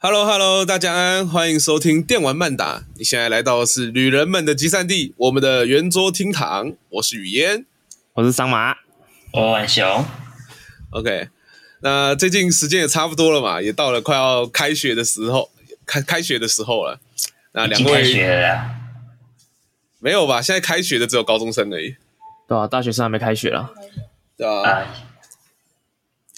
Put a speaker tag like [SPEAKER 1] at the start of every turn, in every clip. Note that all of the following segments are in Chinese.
[SPEAKER 1] Hello Hello，大家安，欢迎收听电玩漫打。你现在来到的是旅人们的集散地，我们的圆桌厅堂。我是雨嫣。
[SPEAKER 2] 我是桑麻，
[SPEAKER 3] 我很熊，
[SPEAKER 1] OK，那最近时间也差不多了嘛，也到了快要开学的时候，开开学的时候了。那
[SPEAKER 3] 已
[SPEAKER 1] 两
[SPEAKER 3] 经开学
[SPEAKER 1] 位
[SPEAKER 3] 了啦，
[SPEAKER 1] 没有吧？现在开学的只有高中生而已，
[SPEAKER 2] 对啊，大学生还没开学啦，
[SPEAKER 1] 对吧、啊？
[SPEAKER 3] 啊，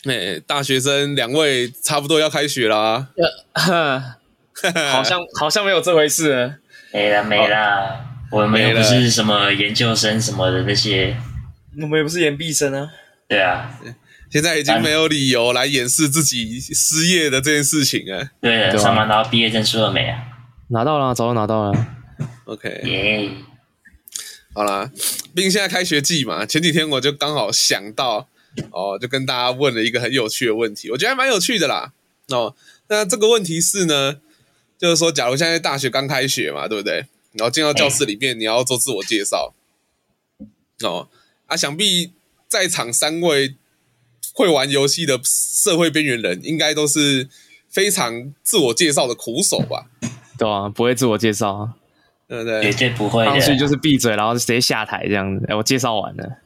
[SPEAKER 1] 哎、大学生两位差不多要开学啦。
[SPEAKER 2] 好像好像没有这回事了。
[SPEAKER 3] 没啦哎没啦，我们
[SPEAKER 1] 没
[SPEAKER 3] 又
[SPEAKER 1] 了
[SPEAKER 3] 不是什么研究生什么的那些，
[SPEAKER 2] 我们也不是研毕生啊，
[SPEAKER 3] 对啊，
[SPEAKER 1] 现在已经没有理由来掩饰自己失业的这件事情了。
[SPEAKER 3] 对了，
[SPEAKER 2] 对啊
[SPEAKER 3] 上班拿到毕业证书了没啊？
[SPEAKER 2] 拿到了，早就拿到了。啊
[SPEAKER 1] OK，
[SPEAKER 3] 耶、
[SPEAKER 1] 好啦，毕竟现在开学季嘛，前几天我就刚好想到，哦，就跟大家问了一个很有趣的问题，我觉得还蛮有趣的啦。哦，那这个问题是呢，就是说，假如现在大学刚开学嘛，对不对？然后进到教室里面，你要做自我介绍。哦，啊，想必在场三位会玩游戏的社会边缘人，应该都是非常自我介绍的苦手吧？
[SPEAKER 2] 对啊，不会自我介绍啊，
[SPEAKER 1] 对不对
[SPEAKER 3] 绝？对不会
[SPEAKER 2] 上去
[SPEAKER 3] 的，
[SPEAKER 2] 就是闭嘴，然后直接下台这样子。哎，我介绍完了，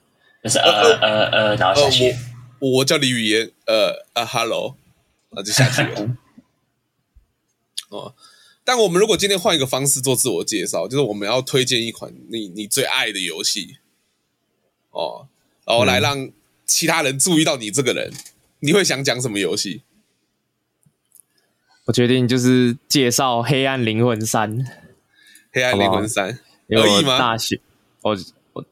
[SPEAKER 3] 就是呃呃呃，然后
[SPEAKER 1] 呃，
[SPEAKER 3] 下去，
[SPEAKER 1] 我我叫李语言，呃啊，hello，啊就下去 了。哦，但我们如果今天换一个方式做自我介绍，就是我们要推荐一款你你最爱的游戏，哦，然后来让其他人注意到你这个人，你会想讲什么游戏？
[SPEAKER 2] 我决定就是介绍《黑暗灵魂三》，
[SPEAKER 1] 黑暗灵魂三，
[SPEAKER 2] 因为
[SPEAKER 1] 而
[SPEAKER 2] 我
[SPEAKER 1] 已吗
[SPEAKER 2] 大学我我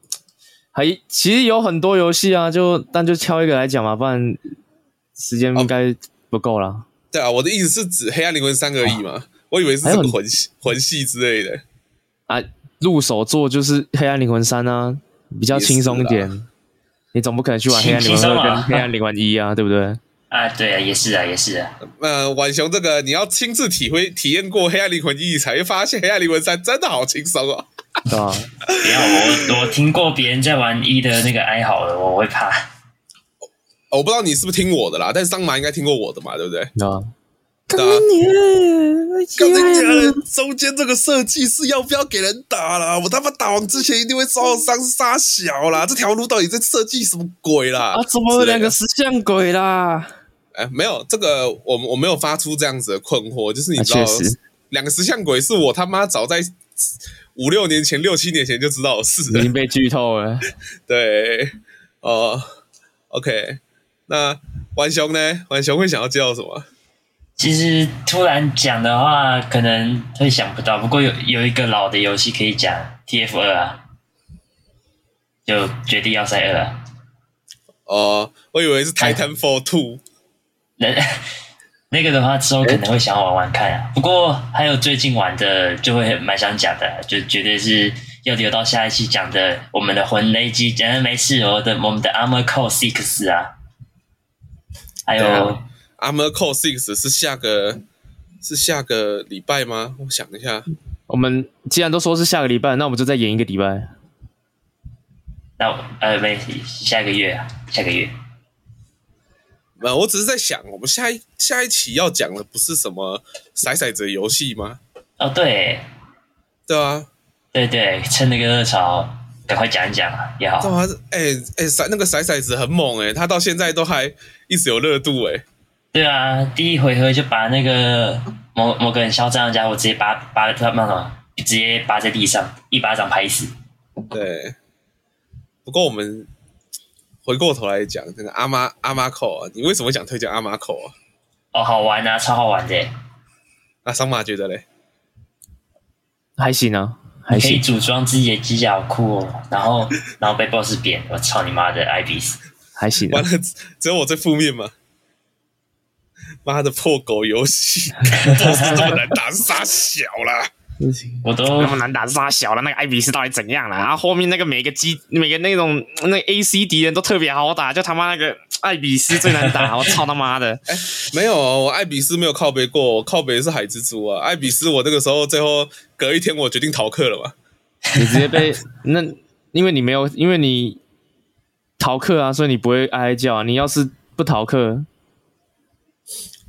[SPEAKER 2] 还其实有很多游戏啊，就但就挑一个来讲嘛，不然时间应该不够啦。
[SPEAKER 1] 对啊，我的意思是指黑暗灵魂三而已嘛，我以为是
[SPEAKER 2] 还
[SPEAKER 1] 什
[SPEAKER 2] 有
[SPEAKER 1] 么
[SPEAKER 2] 很
[SPEAKER 1] 魂系魂系之类的。
[SPEAKER 2] 啊，入手做就是《黑暗灵魂三》啊，比较轻松一
[SPEAKER 1] 也
[SPEAKER 2] 点。你总不可能去玩《黑暗灵
[SPEAKER 3] 轻
[SPEAKER 2] 魂
[SPEAKER 3] 轻
[SPEAKER 2] 二
[SPEAKER 3] 松》啊
[SPEAKER 2] 跟《黑暗灵魂一》啊，对不对？
[SPEAKER 3] 啊，对啊，也是啊，也是啊，
[SPEAKER 1] 呃，晚雄这个你要亲自体会体验过《黑暗灵魂一》，才会发现《黑暗灵魂三》真的好轻松哦。
[SPEAKER 2] 对吧？
[SPEAKER 3] 不要我我听过别人在玩一的那个哀嚎的，我会怕，
[SPEAKER 1] 哦我不知道你是不是听我的啦，但是桑麻应该听过我的嘛，对不对？
[SPEAKER 2] 对吧？
[SPEAKER 1] 对啊。刚才你的中间这个设计是要不要给人打啦？我他妈打完之前一定会受伤，是杀小啦！这条路到底在设计什么鬼啦？
[SPEAKER 2] 啊，怎么有两个
[SPEAKER 1] 之
[SPEAKER 2] 石像鬼啦？
[SPEAKER 1] 类的？哎，没有这个，我们我没有发出这样子的困惑，就是你
[SPEAKER 2] 啊
[SPEAKER 1] 知道，
[SPEAKER 2] 确实
[SPEAKER 1] 两个石像鬼是我他妈早在五六年前、六七年前就知道的事
[SPEAKER 2] 已
[SPEAKER 1] 了。
[SPEAKER 2] 经被剧透了。
[SPEAKER 1] 对，哦，OK，那玩熊呢？玩熊会想要介绍什么？
[SPEAKER 3] 其实突然讲的话，可能会想不到。不过有有一个老的游戏可以讲，TF 二啊，就绝地要塞二啊。
[SPEAKER 1] 哦，我以为是 Titanfall Two，
[SPEAKER 3] 那 那个的话，之后可能会想玩玩看啊。不过还有最近玩的，就会蛮想讲的，就绝对是要留到下一期讲的。我们的魂雷机，嗯，没事，我的我们的 Armor Core Six 啊，还
[SPEAKER 1] 对
[SPEAKER 3] 有
[SPEAKER 1] 啊 Armor Core Six 是下个是下个礼拜吗？我想一下，
[SPEAKER 2] 我们既然都说是下个礼拜，那我们就再演一个礼拜。
[SPEAKER 3] 那我呃，没下个月啊，下个月。
[SPEAKER 1] 呃，我只是在想，我们下一下一期要讲的不是什么骰骰子的游戏吗？
[SPEAKER 3] 哦，对，
[SPEAKER 1] 对啊，
[SPEAKER 3] 对对，趁那个热潮，赶快讲一讲也
[SPEAKER 1] 对
[SPEAKER 3] 好。
[SPEAKER 1] 啊，哎哎骰那个骰骰子很猛哎、它到现在都还一直有热度哎、
[SPEAKER 3] 对啊，第一回合就把那个某某个很嚣张的家伙直接扒扒他那什么，直接扒在地上，一巴掌拍死。
[SPEAKER 1] 对，不过我们回过头来讲，这个阿妈阿妈口啊，你为什么想推荐阿妈口啊？
[SPEAKER 3] 哦，好玩啊，超好玩的，
[SPEAKER 1] 那桑马觉得嘞？
[SPEAKER 2] 还行啊，还
[SPEAKER 3] 可
[SPEAKER 2] 行。
[SPEAKER 3] 以组装自己的机甲，好酷哦。然后 然后被 BOSS 扁，我操你妈的 IBIS！
[SPEAKER 2] 还行啊、
[SPEAKER 1] 完了，只只有我最负面嘛？妈的破狗游戏，都是这么难打，傻小啦！
[SPEAKER 3] 我都
[SPEAKER 2] 那么难打是他小了，那个艾比斯到底怎样了？然后后面那个每个机每个那种那 A C 敌人都特别好打，就他妈那个艾比斯最难打，我操他妈的！
[SPEAKER 1] 没有哦，我艾比斯没有靠北过，我靠北是海蜘蛛啊。艾比斯，我那个时候最后隔一天，我决定逃课了嘛。
[SPEAKER 2] 你直接被那，因为你没有，因为你逃课啊，所以你不会哀哀叫啊。你要是不逃课，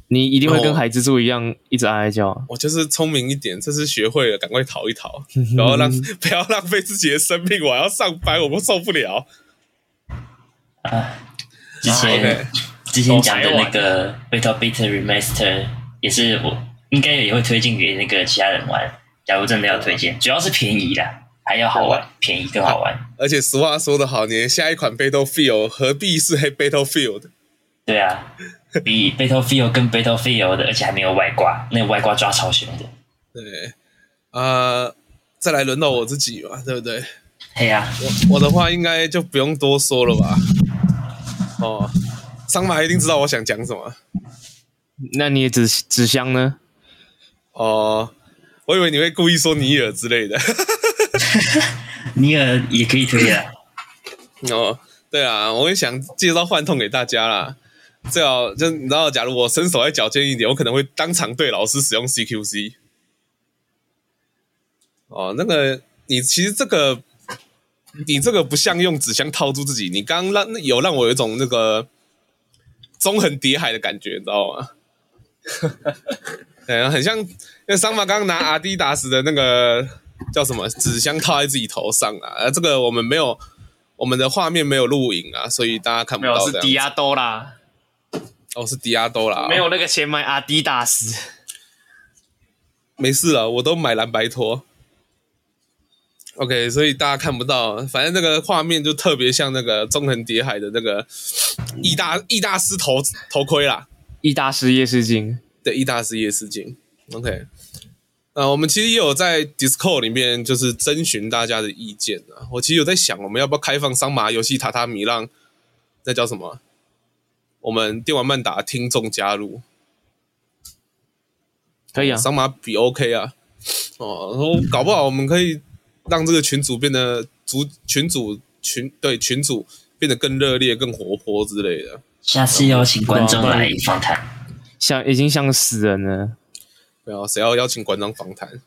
[SPEAKER 2] 你一定会跟
[SPEAKER 1] 哦
[SPEAKER 2] 海蜘蛛一样一直哀哀叫。啊
[SPEAKER 1] 我就是聪明一点，这次学会了，赶快逃一逃，然后让不要浪费自己的生命，我还要上班，我不受不了。
[SPEAKER 3] 之前、
[SPEAKER 1] OK，
[SPEAKER 3] 之前讲的那个《b e t a Beta Remaster》也是我应该也会推荐给那个其他人玩。假如真的要推
[SPEAKER 2] 啊
[SPEAKER 3] 荐，主要是便宜啦，还要好玩，便宜更好玩。
[SPEAKER 1] 而且俗话说得好，你的下一款 Battlefield 何必是黑 Battlefield？
[SPEAKER 3] 对啊，比 Battlefield 跟 Battlefield 的，而且还没有外挂，那个外挂抓超凶的。
[SPEAKER 1] 对，啊、再来轮到我自己嘛，对不对？
[SPEAKER 3] 嘿啊呀、
[SPEAKER 1] 我我的话应该就不用多说了吧。哦，桑马一定知道我想讲什么。
[SPEAKER 2] 那你的纸纸箱呢？
[SPEAKER 1] 哦，我以为你会故意说尼尔之类的。
[SPEAKER 3] 尼尔也可以推 啊。
[SPEAKER 1] 哦，对啊，我也想介绍幻痛给大家啦。最好就你知道，假如我身手再矫健一点，我可能会当场对老师使用 CQC。哦，那个你其实这个，你这个不像用纸箱套住自己，你刚刚让有让我有一种那个纵横叠海的感觉，你知道吗？ 对，很像那桑马刚刚拿阿迪达斯的那个叫什么纸箱套在自己头上啊，呃这个我们没有，我们的画面没有录影啊，所以大家看不
[SPEAKER 2] 没有
[SPEAKER 1] 到
[SPEAKER 2] 是
[SPEAKER 1] 这
[SPEAKER 2] 迪
[SPEAKER 1] 样。
[SPEAKER 2] 亚多啦，
[SPEAKER 1] 哦，是迪亚多啦，
[SPEAKER 2] 没有那个钱买阿迪达斯。
[SPEAKER 1] 没事啊，我都买蓝白拖。OK，所以大家看不到，反正那个画面就特别像那个纵横叠海的那个易大易大师头头盔啦，
[SPEAKER 2] 一大师夜视镜，
[SPEAKER 1] 对，易大师夜视镜。OK，呃，我们其实也有在 Discord 里面就是征询大家的意见啊。我其实有在想，我们要不要开放桑麻游戏榻榻米，让那叫什么？我们电玩曼达的听众加入，
[SPEAKER 2] 可以啊。
[SPEAKER 1] 桑马比 OK 啊，哦，然后搞不好我们可以让这个群组变得组群组群对群组变得更热烈、更活泼之类的。
[SPEAKER 3] 下次邀请观众来访谈，
[SPEAKER 2] 像已经像死人了。
[SPEAKER 1] 对啊，谁要邀请馆长访谈？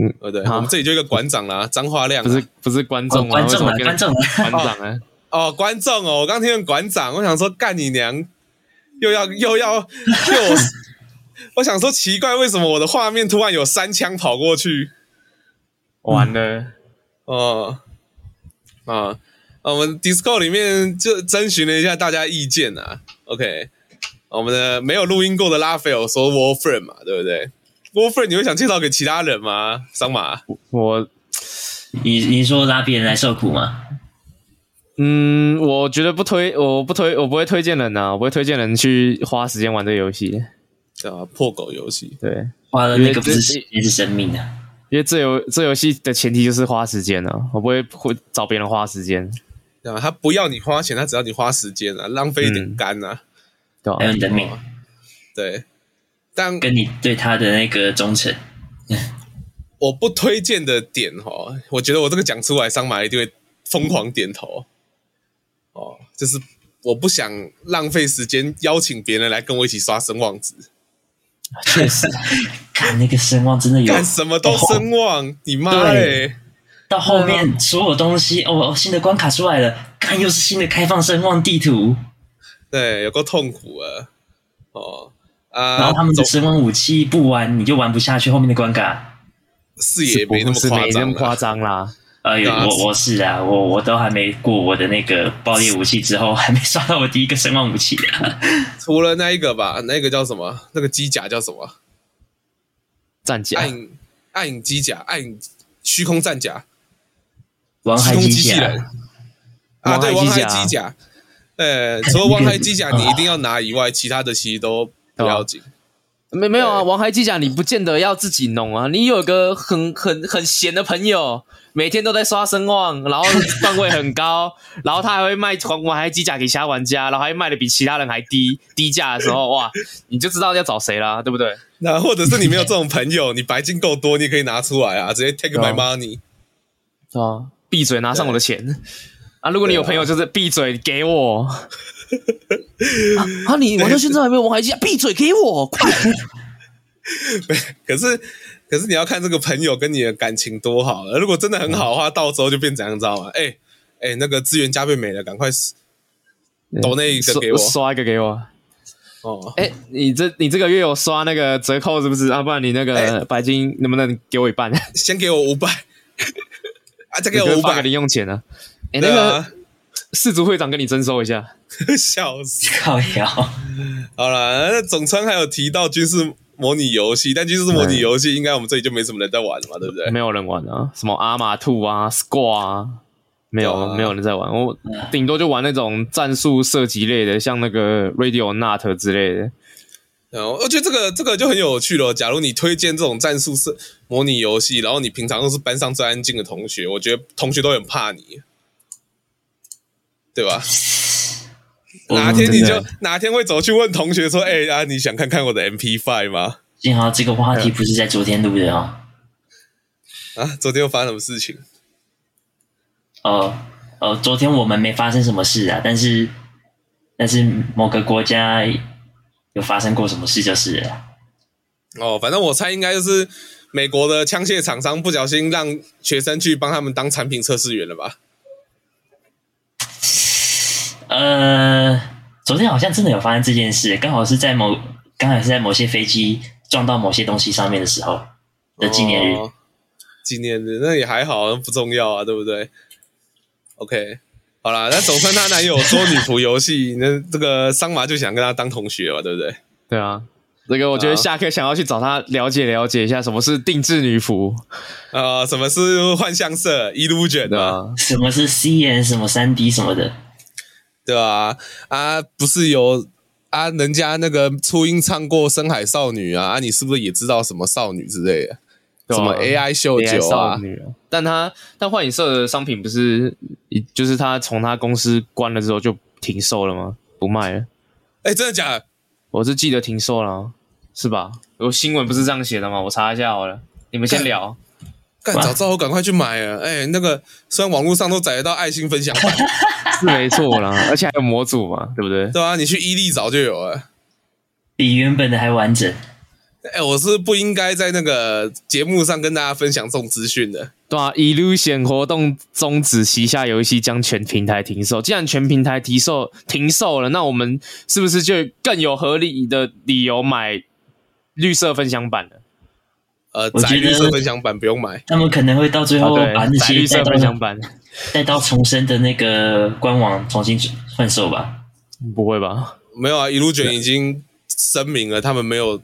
[SPEAKER 2] 嗯
[SPEAKER 1] 对不对，
[SPEAKER 2] 好
[SPEAKER 1] 我们这里就一个馆长啦，张化亮啊、
[SPEAKER 2] 不是不是观众啊，
[SPEAKER 3] 哦观众
[SPEAKER 2] 为什
[SPEAKER 3] 来
[SPEAKER 2] 么，变
[SPEAKER 3] 观众来。
[SPEAKER 2] 成馆长啊，
[SPEAKER 1] 哦，观众哦，我刚听见馆长，我想说干你娘，又要又要 又我，我想说奇怪，为什么我的画面突然有三枪跑过去？
[SPEAKER 2] 完了，
[SPEAKER 1] 哦，啊，啊我们 Discord 里面就征询了一下大家意见啊。OK，我啊们的没有录音过的拉斐尔说 Warframe 嘛，对不对？Warframe 你会想介绍给其他人吗？桑马，
[SPEAKER 2] 我
[SPEAKER 3] 你你说拉别人来受苦吗？
[SPEAKER 2] 嗯，我觉得不推，我不推，我不会推荐人啊，我不会推荐人去花时间玩这个游戏。
[SPEAKER 1] 啊，破狗游戏，
[SPEAKER 2] 对，
[SPEAKER 3] 花了那个不
[SPEAKER 2] 因为
[SPEAKER 3] 是
[SPEAKER 2] 这
[SPEAKER 3] 时间是生命啊！
[SPEAKER 2] 因为这游这游戏的前提就是花时间啊，我不会会找别人花时间，
[SPEAKER 1] 对啊吧？他不要你花钱，他只要你花时间啊，浪费一点
[SPEAKER 2] 嗯
[SPEAKER 1] 肝啊，
[SPEAKER 2] 对吧、
[SPEAKER 3] 还有你的命，
[SPEAKER 1] 哦对。但
[SPEAKER 3] 跟你对他的那个忠诚，
[SPEAKER 1] 我不推荐的点哦，我觉得我这个讲出来，桑马一定会疯狂点头。哦，就是我不想浪费时间邀请别人来跟我一起刷声望值，
[SPEAKER 2] 确实，
[SPEAKER 3] 看那个声望真的有
[SPEAKER 1] 干什么都声望，你妈嘞！
[SPEAKER 3] 到后面所有东西哦，新的关卡出来了，看又是新的开放声望地图，
[SPEAKER 1] 对，有够痛苦啊！哦
[SPEAKER 3] 然
[SPEAKER 1] 啊
[SPEAKER 3] 后他们，的
[SPEAKER 1] 总
[SPEAKER 3] 声望武器不玩，你就玩不下去后面的关卡。
[SPEAKER 1] 视野没那么
[SPEAKER 2] 是
[SPEAKER 1] 夸
[SPEAKER 2] 没那
[SPEAKER 1] 张
[SPEAKER 2] 么夸
[SPEAKER 1] 啊，
[SPEAKER 2] 张啦。
[SPEAKER 3] 哎呦，
[SPEAKER 1] 对啊
[SPEAKER 3] 我我是啊，我我都还没过我的那个爆裂武器之后，还没刷到我第一个声望武器、 啊。
[SPEAKER 1] 除了那一个吧，那个叫什么？那个机甲叫什么？
[SPEAKER 2] 战甲
[SPEAKER 1] 暗影暗影机甲，暗影虚空战甲，
[SPEAKER 3] 王
[SPEAKER 1] 时
[SPEAKER 3] 海
[SPEAKER 1] 空
[SPEAKER 3] 机
[SPEAKER 1] 机器
[SPEAKER 3] 甲
[SPEAKER 1] 人，啊，对，
[SPEAKER 2] 王
[SPEAKER 1] 王
[SPEAKER 2] 嗨
[SPEAKER 1] 嗨
[SPEAKER 2] 机甲
[SPEAKER 1] 机甲，呃，除了王嗨机甲你一定要拿以外，其他的其实都不要紧。
[SPEAKER 2] 没没有啊，
[SPEAKER 1] 对
[SPEAKER 2] 王牌机甲你不见得要自己弄啊，你有个很很很闲的朋友，每天都在刷声望，然后段位很高，然后他还会卖王王牌机甲给其他玩家，然后还卖的比其他人还低低价的时候，哇，你就知道要找谁啦，对不对？
[SPEAKER 1] 那或者是你没有这种朋友，你白金够多，你也可以拿出来啊，直接 take my
[SPEAKER 2] 对
[SPEAKER 1] money。
[SPEAKER 2] 啊，闭嘴，拿上我的钱 啊！如果你有
[SPEAKER 1] 对啊
[SPEAKER 2] 朋友，就是闭嘴给我。啊，啊你玩到现在还没有王牌机甲，闭嘴给我，快！
[SPEAKER 1] 可是，可是你要看这个朋友跟你的感情多好了。如果真的很好的话，到时候就变怎样，你知道吗？哎哎，嗯那个资源加倍没了，赶快抖那一个给我
[SPEAKER 2] 刷刷一个给我。
[SPEAKER 1] 哦，
[SPEAKER 2] 哎、你这你这个月有刷那个折扣是不是？啊，不然你那个
[SPEAKER 1] 哎
[SPEAKER 2] 白金能不能给我一半？
[SPEAKER 1] 先给我五百，啊， 再给
[SPEAKER 2] 你可
[SPEAKER 1] 我
[SPEAKER 2] 以
[SPEAKER 1] 五
[SPEAKER 2] 发
[SPEAKER 1] 百
[SPEAKER 2] 个，零用钱呢、啊？哎、那
[SPEAKER 1] 对
[SPEAKER 2] 个
[SPEAKER 1] 啊
[SPEAKER 2] 世足会长跟你征收一下。
[SPEAKER 1] 笑死。
[SPEAKER 3] 靠腰，
[SPEAKER 1] 好了，那总称还有提到军事模拟游戏，但军事模拟游戏应该我们这里就没什么人在玩了嘛，对不对？
[SPEAKER 2] 没有人玩啊，什么阿玛兔啊、Squad 啊，没有、
[SPEAKER 1] 对啊
[SPEAKER 2] 没有人在玩。我顶多就玩那种战术射击类的，像那个 Radio Nut 之类的。
[SPEAKER 1] 然后我觉得这个这个就很有趣了。假如你推荐这种战术是模拟游戏，然后你平常都是班上最安静的同学，我觉得同学都很怕你，对吧？哪天你
[SPEAKER 2] 真
[SPEAKER 1] 就
[SPEAKER 2] 的
[SPEAKER 1] 哪天会走去问同学说：“哎、啊，你想看看我的 MP 5吗
[SPEAKER 3] 幸好这个话
[SPEAKER 1] 嗯
[SPEAKER 3] 题不是在昨天录的哦。？”
[SPEAKER 1] 啊，昨天又发生什么事情？
[SPEAKER 3] 哦哦，昨天我们没发生什么事啊，但是但是某个国家有发生过什么事就是了。
[SPEAKER 1] 哦，反正我猜应该就是美国的枪械厂商不小心让学生去帮他们当产品测试员了吧？
[SPEAKER 3] 呃，昨天好像真的有发生这件事，刚好是在某刚好是在某些飞机撞到某些东西上面的时候的纪念日。
[SPEAKER 1] 哦纪念日那也还好，不重要啊，对不对？OK，好啦，那总算她男友说女仆游戏，那这个桑麻就想跟她当同学嘛，对不对？
[SPEAKER 2] 对啊，这个我觉得
[SPEAKER 1] 啊
[SPEAKER 2] 下课想要去找他了解了解一下什么是定制女服，
[SPEAKER 1] 呃，什么是幻象社 illusion
[SPEAKER 2] 对
[SPEAKER 1] 啊？
[SPEAKER 2] 啊，
[SPEAKER 3] 什么是 C N，什么三 D 什么的，
[SPEAKER 1] 对啊，啊，不是有啊，人家那个初音唱过《深海少女》啊，啊，你是不是也知道什么少女之类的？
[SPEAKER 2] 对啊
[SPEAKER 1] 什么 AI 秀
[SPEAKER 2] AI
[SPEAKER 1] 酒啊
[SPEAKER 2] 少？女啊。但他但幻影社的商品不是，就是他从他公司关了之后就停售了吗？不卖了，
[SPEAKER 1] 哎、真的假的？
[SPEAKER 2] 我是记得停售了啊，是吧？我新闻不是这样写的吗？我查一下好了，你们先聊。
[SPEAKER 1] 干，
[SPEAKER 3] 哇
[SPEAKER 1] 早知道我赶快去买啊！哎、那个虽然网络上都载得到爱心分享版，
[SPEAKER 2] 是没错啦，而且还有模组嘛，对不 对？
[SPEAKER 1] 对啊，你去伊利早就有了。
[SPEAKER 3] 比原本的还完整。
[SPEAKER 1] 哎、我是不应该在那个节目上跟大家分享这种资讯的。
[SPEAKER 2] 对啊，Illusion 活动终止，旗下游戏将全平台停售。既然全平台停售停售了，那我们是不是就更有合理的理由买绿色分享版了？
[SPEAKER 1] 呃，
[SPEAKER 3] 我
[SPEAKER 1] 载
[SPEAKER 3] 觉得
[SPEAKER 1] 绿色分享版不用买。
[SPEAKER 3] 他们可能会到最
[SPEAKER 2] 啊，
[SPEAKER 3] 后
[SPEAKER 2] 对
[SPEAKER 3] 把那，
[SPEAKER 2] 买
[SPEAKER 3] 些
[SPEAKER 2] 绿
[SPEAKER 3] 带
[SPEAKER 2] 色
[SPEAKER 3] 到
[SPEAKER 2] 分享版，
[SPEAKER 3] 带到重生的那个官网重新贩售吧。
[SPEAKER 2] 不会吧？
[SPEAKER 1] 没有啊，一路卷已经声明了，他们没有，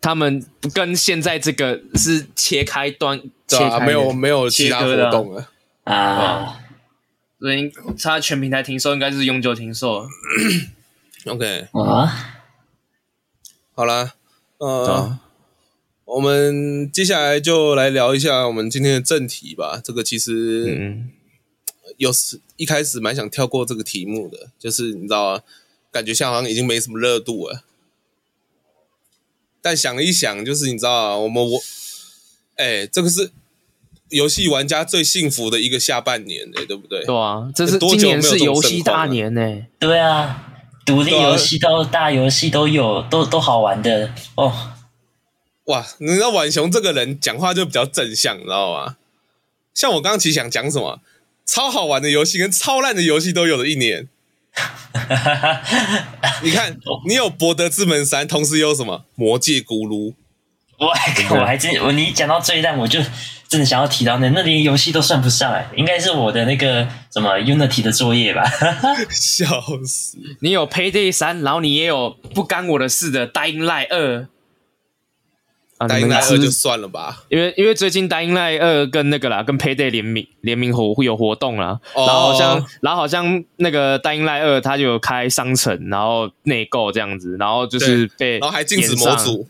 [SPEAKER 2] 他们跟现在这个是切开端，
[SPEAKER 1] 对
[SPEAKER 2] 切开
[SPEAKER 1] 啊，
[SPEAKER 2] 的
[SPEAKER 1] 没有，没有其他
[SPEAKER 2] 切割
[SPEAKER 1] 活
[SPEAKER 2] 的啊
[SPEAKER 1] 动了。
[SPEAKER 3] 啊，
[SPEAKER 2] 所以它全平台停售应该是永久停售了。
[SPEAKER 1] OK，
[SPEAKER 2] 哦
[SPEAKER 3] 哇，
[SPEAKER 1] 好啦，呃，
[SPEAKER 2] 对啊
[SPEAKER 1] 我们接下来就来聊一下我们今天的正题吧。这个其实
[SPEAKER 2] 嗯，
[SPEAKER 1] 有时一开始蛮想跳过这个题目的，就是你知道、啊，感觉像好像已经没什么热度了。但想了一想，就是你知道、啊，我们我，哎、这个是游戏玩家最幸福的一个下半年、哎，对不对？
[SPEAKER 2] 对啊，这是
[SPEAKER 1] 多
[SPEAKER 2] 今
[SPEAKER 1] 久
[SPEAKER 2] 年
[SPEAKER 1] 没有
[SPEAKER 2] 是
[SPEAKER 1] 这种
[SPEAKER 2] 游戏
[SPEAKER 1] 盛况
[SPEAKER 2] 大
[SPEAKER 1] 了
[SPEAKER 2] 年呢、
[SPEAKER 3] 对啊，独立游戏到大游戏都有，都都好玩的哦。
[SPEAKER 1] 哇，你知道婉雄这个人讲话就比较正向，你知道吗？像我刚刚其实想讲什么，超好玩的游戏跟超烂的游戏都有了一年。你看，你有《博德之门三》，同时有什么《魔界咕噜》？
[SPEAKER 3] 我还 我还真我你一讲到最烂，我就真的想要提到那那连游戏都算不上哎、应该是我的那个什么 Unity 的作业吧？
[SPEAKER 1] 笑死！
[SPEAKER 2] 你有 Payday 三，然后你也有不干我的事的 Dying Light 二。啊，
[SPEAKER 1] 答
[SPEAKER 2] 你
[SPEAKER 1] 应
[SPEAKER 2] 们
[SPEAKER 1] 来
[SPEAKER 2] 是
[SPEAKER 1] 二
[SPEAKER 2] 不
[SPEAKER 1] 就是算了吧。
[SPEAKER 2] 因为因为最近 Dying Light 二跟那个啦，跟 Payday 联名联名活有活动啦，
[SPEAKER 1] 哦
[SPEAKER 2] 然后好像然后好像那个 Dying Light 二它就有开商城，然后内购这样子，然后就是被
[SPEAKER 1] 然后还禁止
[SPEAKER 2] 延
[SPEAKER 1] 模
[SPEAKER 2] 上，
[SPEAKER 1] 组，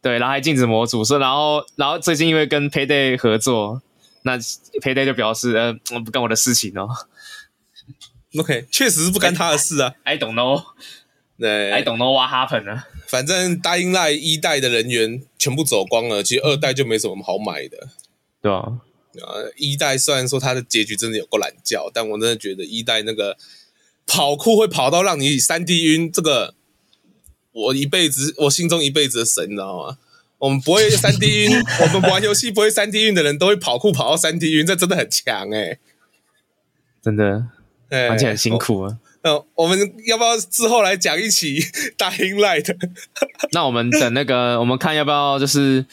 [SPEAKER 2] 对，然后还禁止模组，所以然后然后最近因为跟 Payday 合作，那 Payday 就表示呃不干我的事情哦
[SPEAKER 1] OK，确实是不干他的事啊。
[SPEAKER 2] ，I don't know
[SPEAKER 1] 对
[SPEAKER 2] I，don't know what happened 啊。
[SPEAKER 1] 反正答应赖一代的人员全部走光了，其实二代就没什么好买的。
[SPEAKER 2] 对啊，
[SPEAKER 1] 呃，一代虽然说它的结局真的有够懒觉，但我真的觉得一代那个跑酷会跑到让你三 D 晕，这个我一辈子我心中一辈子的神，你知道吗？我们不会三 D 晕， 我们玩游戏不会三 D 晕的人都会跑酷跑到三 D 晕，这真的很强哎、
[SPEAKER 2] 真的
[SPEAKER 1] 欸，
[SPEAKER 2] 而且很辛。苦啊。
[SPEAKER 1] 我呃，我们要不要之后来讲一起 Dying Light？
[SPEAKER 2] 那我们等那个，我们看要不要就是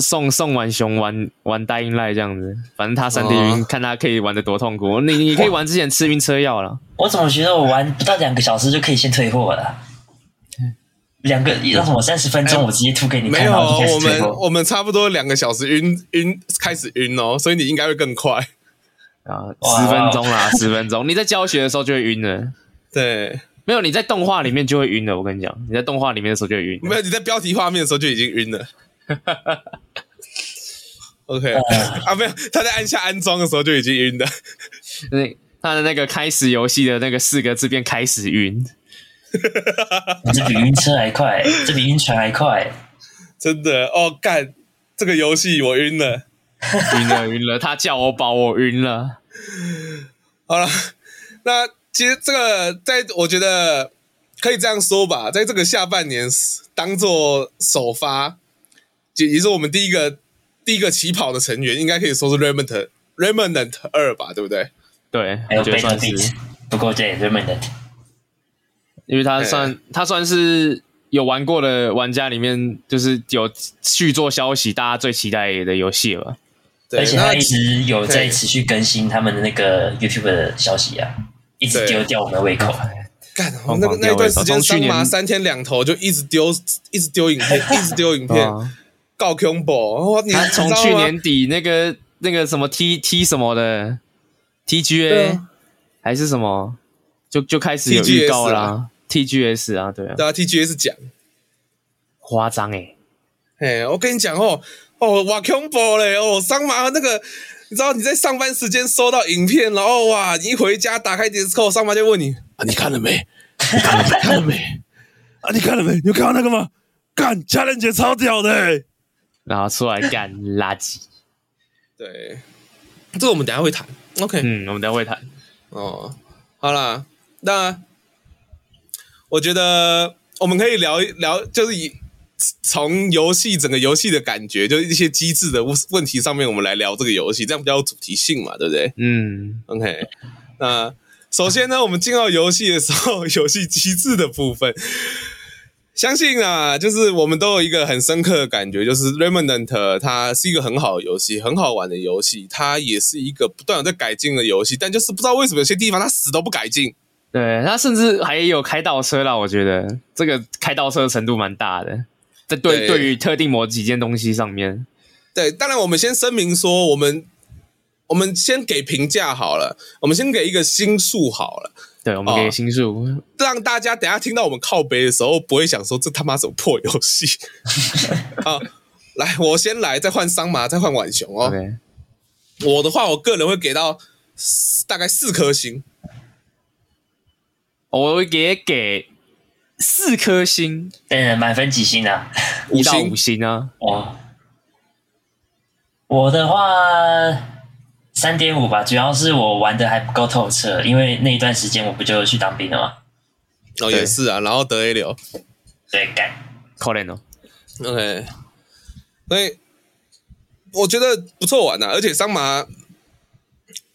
[SPEAKER 2] 送送浣熊玩玩大英赖这样子，反正他三 D 晕，
[SPEAKER 1] 哦
[SPEAKER 2] 看他可以玩的多痛苦。你你可以玩之前吃晕车药了，
[SPEAKER 3] 我怎么觉得我玩不到两个小时就可以先退货了？两个让什么三十分钟，
[SPEAKER 1] 哎
[SPEAKER 3] 我直接吐给你
[SPEAKER 1] 没
[SPEAKER 3] 看，
[SPEAKER 1] 有
[SPEAKER 3] 然后
[SPEAKER 1] 哦
[SPEAKER 3] 就开，始
[SPEAKER 1] 我
[SPEAKER 3] 退
[SPEAKER 1] 们
[SPEAKER 3] 货。
[SPEAKER 1] 我们差不多两个小时晕晕开始晕哦，所以你应该会更 快。
[SPEAKER 2] 啊，
[SPEAKER 3] 哇
[SPEAKER 2] 十分钟啦，十分钟。你在教学的时候就会晕了，
[SPEAKER 1] 对，
[SPEAKER 2] 没有你在动画里面就会晕了。我跟你讲，你在动画里面的时候就会晕了。
[SPEAKER 1] 没有你在标题画面的时候就已经晕 了。OK
[SPEAKER 3] 哎
[SPEAKER 1] 啊，没有，他在按下安装的时候就已经晕的。
[SPEAKER 2] 那他的那个开始游戏的那个四个字变开始晕，
[SPEAKER 3] 你这比晕车还快，这比晕船还快。
[SPEAKER 1] 真的哦，干这个游戏我晕了。
[SPEAKER 2] 晕了晕了，他叫我饱，我晕了。
[SPEAKER 1] 好了， 那其实这个在我觉得可以这样说吧，在这个下半年当做首发，也也是我们第一个第一个起跑的成员，应该可以说是 Remnant Remnant 二吧，对不对？
[SPEAKER 2] 对，我
[SPEAKER 3] 还有
[SPEAKER 2] 觉得
[SPEAKER 3] b a t
[SPEAKER 2] 算
[SPEAKER 3] t b e a
[SPEAKER 2] 是
[SPEAKER 3] t，不过这也是 r e m n a n
[SPEAKER 2] 因为他算他算是有玩过的玩家里面，就是有续作消息大家最期待的游戏了吧。
[SPEAKER 1] 对，
[SPEAKER 3] 而且
[SPEAKER 1] 那
[SPEAKER 3] 他一直有在
[SPEAKER 1] 对
[SPEAKER 3] 持续更新他们的那个 YouTube 的消息啊，一直
[SPEAKER 1] 对
[SPEAKER 3] 丢掉我们的胃口。
[SPEAKER 1] 干我那个那一段时间，
[SPEAKER 2] 从去
[SPEAKER 1] 桑
[SPEAKER 2] 年
[SPEAKER 1] 麻三天两头就一直丢，一直丢影 片，一直丢影
[SPEAKER 2] 对
[SPEAKER 1] 片，告 combo，哇你
[SPEAKER 2] 啊他从
[SPEAKER 1] 你知道
[SPEAKER 2] 去
[SPEAKER 1] 吗
[SPEAKER 2] 年底那个那个什么 T T 什么的
[SPEAKER 1] 对
[SPEAKER 2] TGA
[SPEAKER 1] 啊
[SPEAKER 2] 还是什么，就就开始有预告
[SPEAKER 1] TGS
[SPEAKER 2] 啦
[SPEAKER 1] 啊。
[SPEAKER 2] TGS 啊，对啊，
[SPEAKER 1] 对啊 TGS 讲，
[SPEAKER 2] 夸张哎，
[SPEAKER 1] 哎，我跟你讲哦，哦，哇，combo 嘞，哦，桑麻那个，你知道你在上班时间收到影片，然后哇，你一回家打开 Discord，桑麻就问你啊，你看了没？你看了没？看了没？啊，你看了没？你有看到那个吗？干，家人节超屌的、欸。
[SPEAKER 2] 然后出来干垃圾。
[SPEAKER 1] 对，这个我们等一下会谈。OK，、
[SPEAKER 2] 嗯，我们等一下会谈。
[SPEAKER 1] 哦，好啦，那我觉得我们可以聊一聊，就是以从游戏整个游戏的感觉，就是一些机制的问问题上面，我们来聊这个游戏，这样比较有主题性嘛，对不对
[SPEAKER 2] 嗯，
[SPEAKER 1] ？OK，那首先呢，我们进到游戏的时候， 游戏机制的部分。相信啊，就是我们都有一个很深刻的感觉，就是 Remnant 它是一个很好的游戏，很好玩的游戏，它也是一个不断有在改进的游戏，但就是不知道为什么有些地方它死都不改进。
[SPEAKER 2] 对他甚至还有开倒车啦，我觉得这个开倒车的程度蛮大的，在对
[SPEAKER 1] 对
[SPEAKER 2] 对于特定某几件东西上面，
[SPEAKER 1] 对，当然我们先声明说，我们我们先给评价好了，我们先给一个星数好了，
[SPEAKER 2] 对我们
[SPEAKER 1] 哦
[SPEAKER 2] 给星数，
[SPEAKER 1] 让大家等一下听到我们靠背的时候，不会想说这他妈什么破游 戏啊！来，我先来，再换桑麻，再换浣熊哦。
[SPEAKER 2] OK，
[SPEAKER 1] 我的话，我个人会给到四大概四颗星。
[SPEAKER 2] 我会给给四颗星，
[SPEAKER 3] 嗯，满分几星啊？
[SPEAKER 2] 一到
[SPEAKER 1] 星
[SPEAKER 2] 五星啊，
[SPEAKER 3] 哦，我的话三点五吧，主要是我玩的还不够透彻，因为那一段时间我不就去当兵了吗？
[SPEAKER 1] 哦，
[SPEAKER 2] 对
[SPEAKER 1] 也是啊，然后得 A 流
[SPEAKER 3] 对，干，
[SPEAKER 2] 可怜哦，
[SPEAKER 1] ，OK，所以我觉得不错玩呐、啊而且桑麻，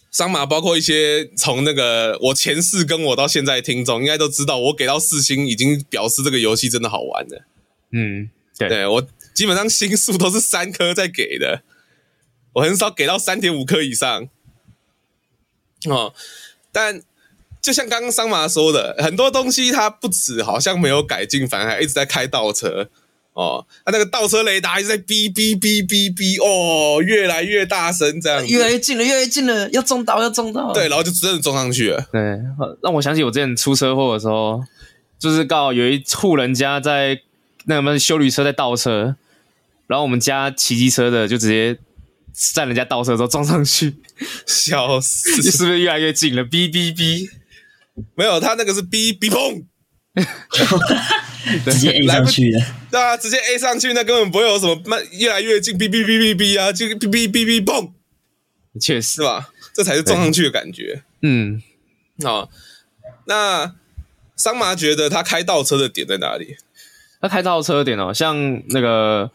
[SPEAKER 1] 桑麻包括一些从那个我前世跟我到现在的听众应该都知道，我给到四星已经表示这个游戏真的好玩了。
[SPEAKER 2] 嗯，对
[SPEAKER 1] 对我基本上星数都是三颗在给的，我很少给到三点五颗以上。哦，但就像刚刚桑麻说的，很多东西它不止好像没有改进，反而还一直在开倒车。哦，它、那个倒车雷达一直在哔哔哔哔哔，哦，越来越大声这样子，
[SPEAKER 2] 越近了，越来越近了，要中岛，要中岛，
[SPEAKER 1] 对，然后就真的撞上去了。
[SPEAKER 2] 对，呃让我想起我之前出车祸的时候，就是刚好有一户人家在那个修理车在倒车，然后我们家骑机车的就直接在人家倒车的时候撞上去，
[SPEAKER 1] 笑死！
[SPEAKER 2] 是不是越来越近了？哔哔哔，
[SPEAKER 1] 没有，他那个是哔哔砰，
[SPEAKER 3] 直接 A
[SPEAKER 1] 来
[SPEAKER 3] 上
[SPEAKER 1] 不
[SPEAKER 3] 去了。
[SPEAKER 1] 对啊，直接 A 上去，那根本不会有什么慢，越来越近，哔哔哔哔哔啊，就哔哔哔哔砰，
[SPEAKER 2] 确
[SPEAKER 1] 是
[SPEAKER 2] 实，
[SPEAKER 1] 吧？这才是撞上去的感觉
[SPEAKER 2] 嗯，
[SPEAKER 1] 啊、那桑麻觉得他开倒车的点在哪里？
[SPEAKER 2] 那开倒车的点哦，像那个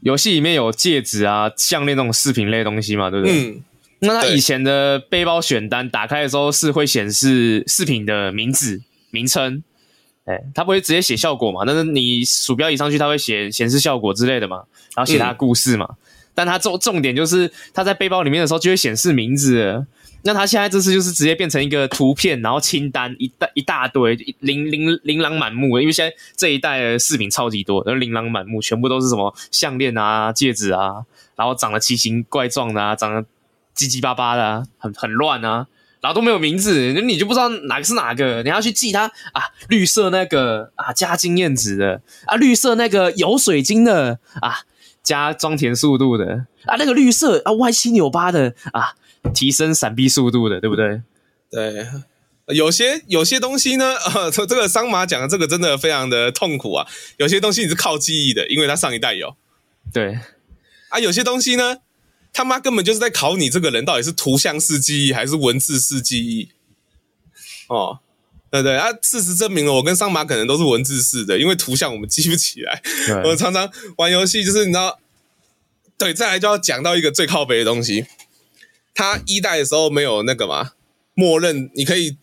[SPEAKER 2] 游戏里面有戒指啊、项链那种饰品类的东西嘛，对不对？
[SPEAKER 1] 嗯，
[SPEAKER 2] 那它
[SPEAKER 1] 对
[SPEAKER 2] 以前的背包选单打开的时候是会显示饰品的名字、名称，哎、它不会直接写效果嘛？但是你鼠标移上去，它会写显示效果之类的嘛，然后写它的故事嘛。但它重重点就是它在背包里面的时候就会显示名字了。那它现在这次就是直接变成一个图片，然后清单一大一大堆，一琳琳琳琅满目的。因为现在这一代的饰品超级多，然后琳琅满目，全部都是什么项链啊、戒指啊，然后长得奇形怪状的啊，长得叽叽巴巴的、啊，很很乱啊，然后都没有名字，那你就不知道哪个是哪个，你要去记它啊，绿色那个啊加经验值的啊，绿色那个有水晶的啊，加装填速度的啊，那个绿色啊歪七扭八的啊，提升闪避速度的，对不对？
[SPEAKER 1] 对，有些有些东西呢， 呃，这这个桑马讲的这个真的非常的痛苦啊。有些东西你是靠记忆的，因为它上一代有
[SPEAKER 2] 对，
[SPEAKER 1] 啊。有些东西呢，他妈根本就是在考你这个人到底是图像式记忆还是文字式记忆。哦，对不对啊，事实证明了我跟桑马可能都是文字式的，因为图像我们记不起来。我
[SPEAKER 2] 对
[SPEAKER 1] 常常玩游戏，就是你知道，对，再来就要讲到一个最靠北的东西。它一代的时候没有那个嘛，默认你可以，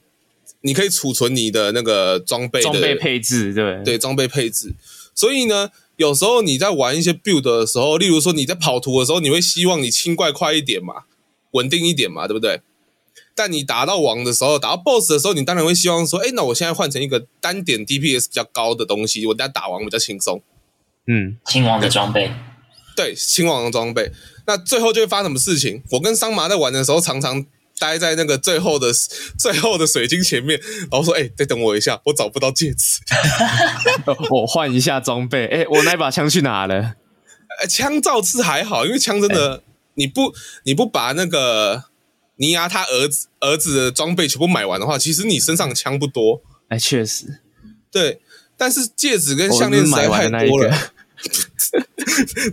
[SPEAKER 1] 你可以储存你的那个装备的
[SPEAKER 2] 装备配置，对
[SPEAKER 1] 对装备配置，所以呢，有时候你在玩一些 build 的时候，例如说你在跑图的时候，你会希望你清怪快一点嘛，稳定一点嘛，对不对？但你打到王的时候，打到 BOSS 的时候，你当然会希望说，哎，那我现在换成一个单点 DPS 比较高的东西，我等下打王比较轻松。
[SPEAKER 2] 嗯，
[SPEAKER 3] 亲王的装备，
[SPEAKER 1] 对，亲王的装备。那最后就会发生什么事情？我跟桑麻在玩的时候，常常待在那个最后的 最后的水晶前面，然后说：“哎、再等我一下，我找不到戒指。
[SPEAKER 2] 哦我换一下装备，哎，我那把枪去哪了？
[SPEAKER 1] 哎，枪造次还好，因为枪真的，
[SPEAKER 2] 哎
[SPEAKER 1] 你不你不把那个尼亚他儿子儿子的装备全部买完的话，其实你身上的枪不多。
[SPEAKER 2] 哎，确实，
[SPEAKER 1] 对，但是戒指跟
[SPEAKER 2] 我
[SPEAKER 1] 项链
[SPEAKER 2] 哦是
[SPEAKER 1] 实
[SPEAKER 2] 买
[SPEAKER 1] 在
[SPEAKER 2] 完
[SPEAKER 1] 太
[SPEAKER 2] 的那一
[SPEAKER 1] 多
[SPEAKER 2] 个
[SPEAKER 1] 了。。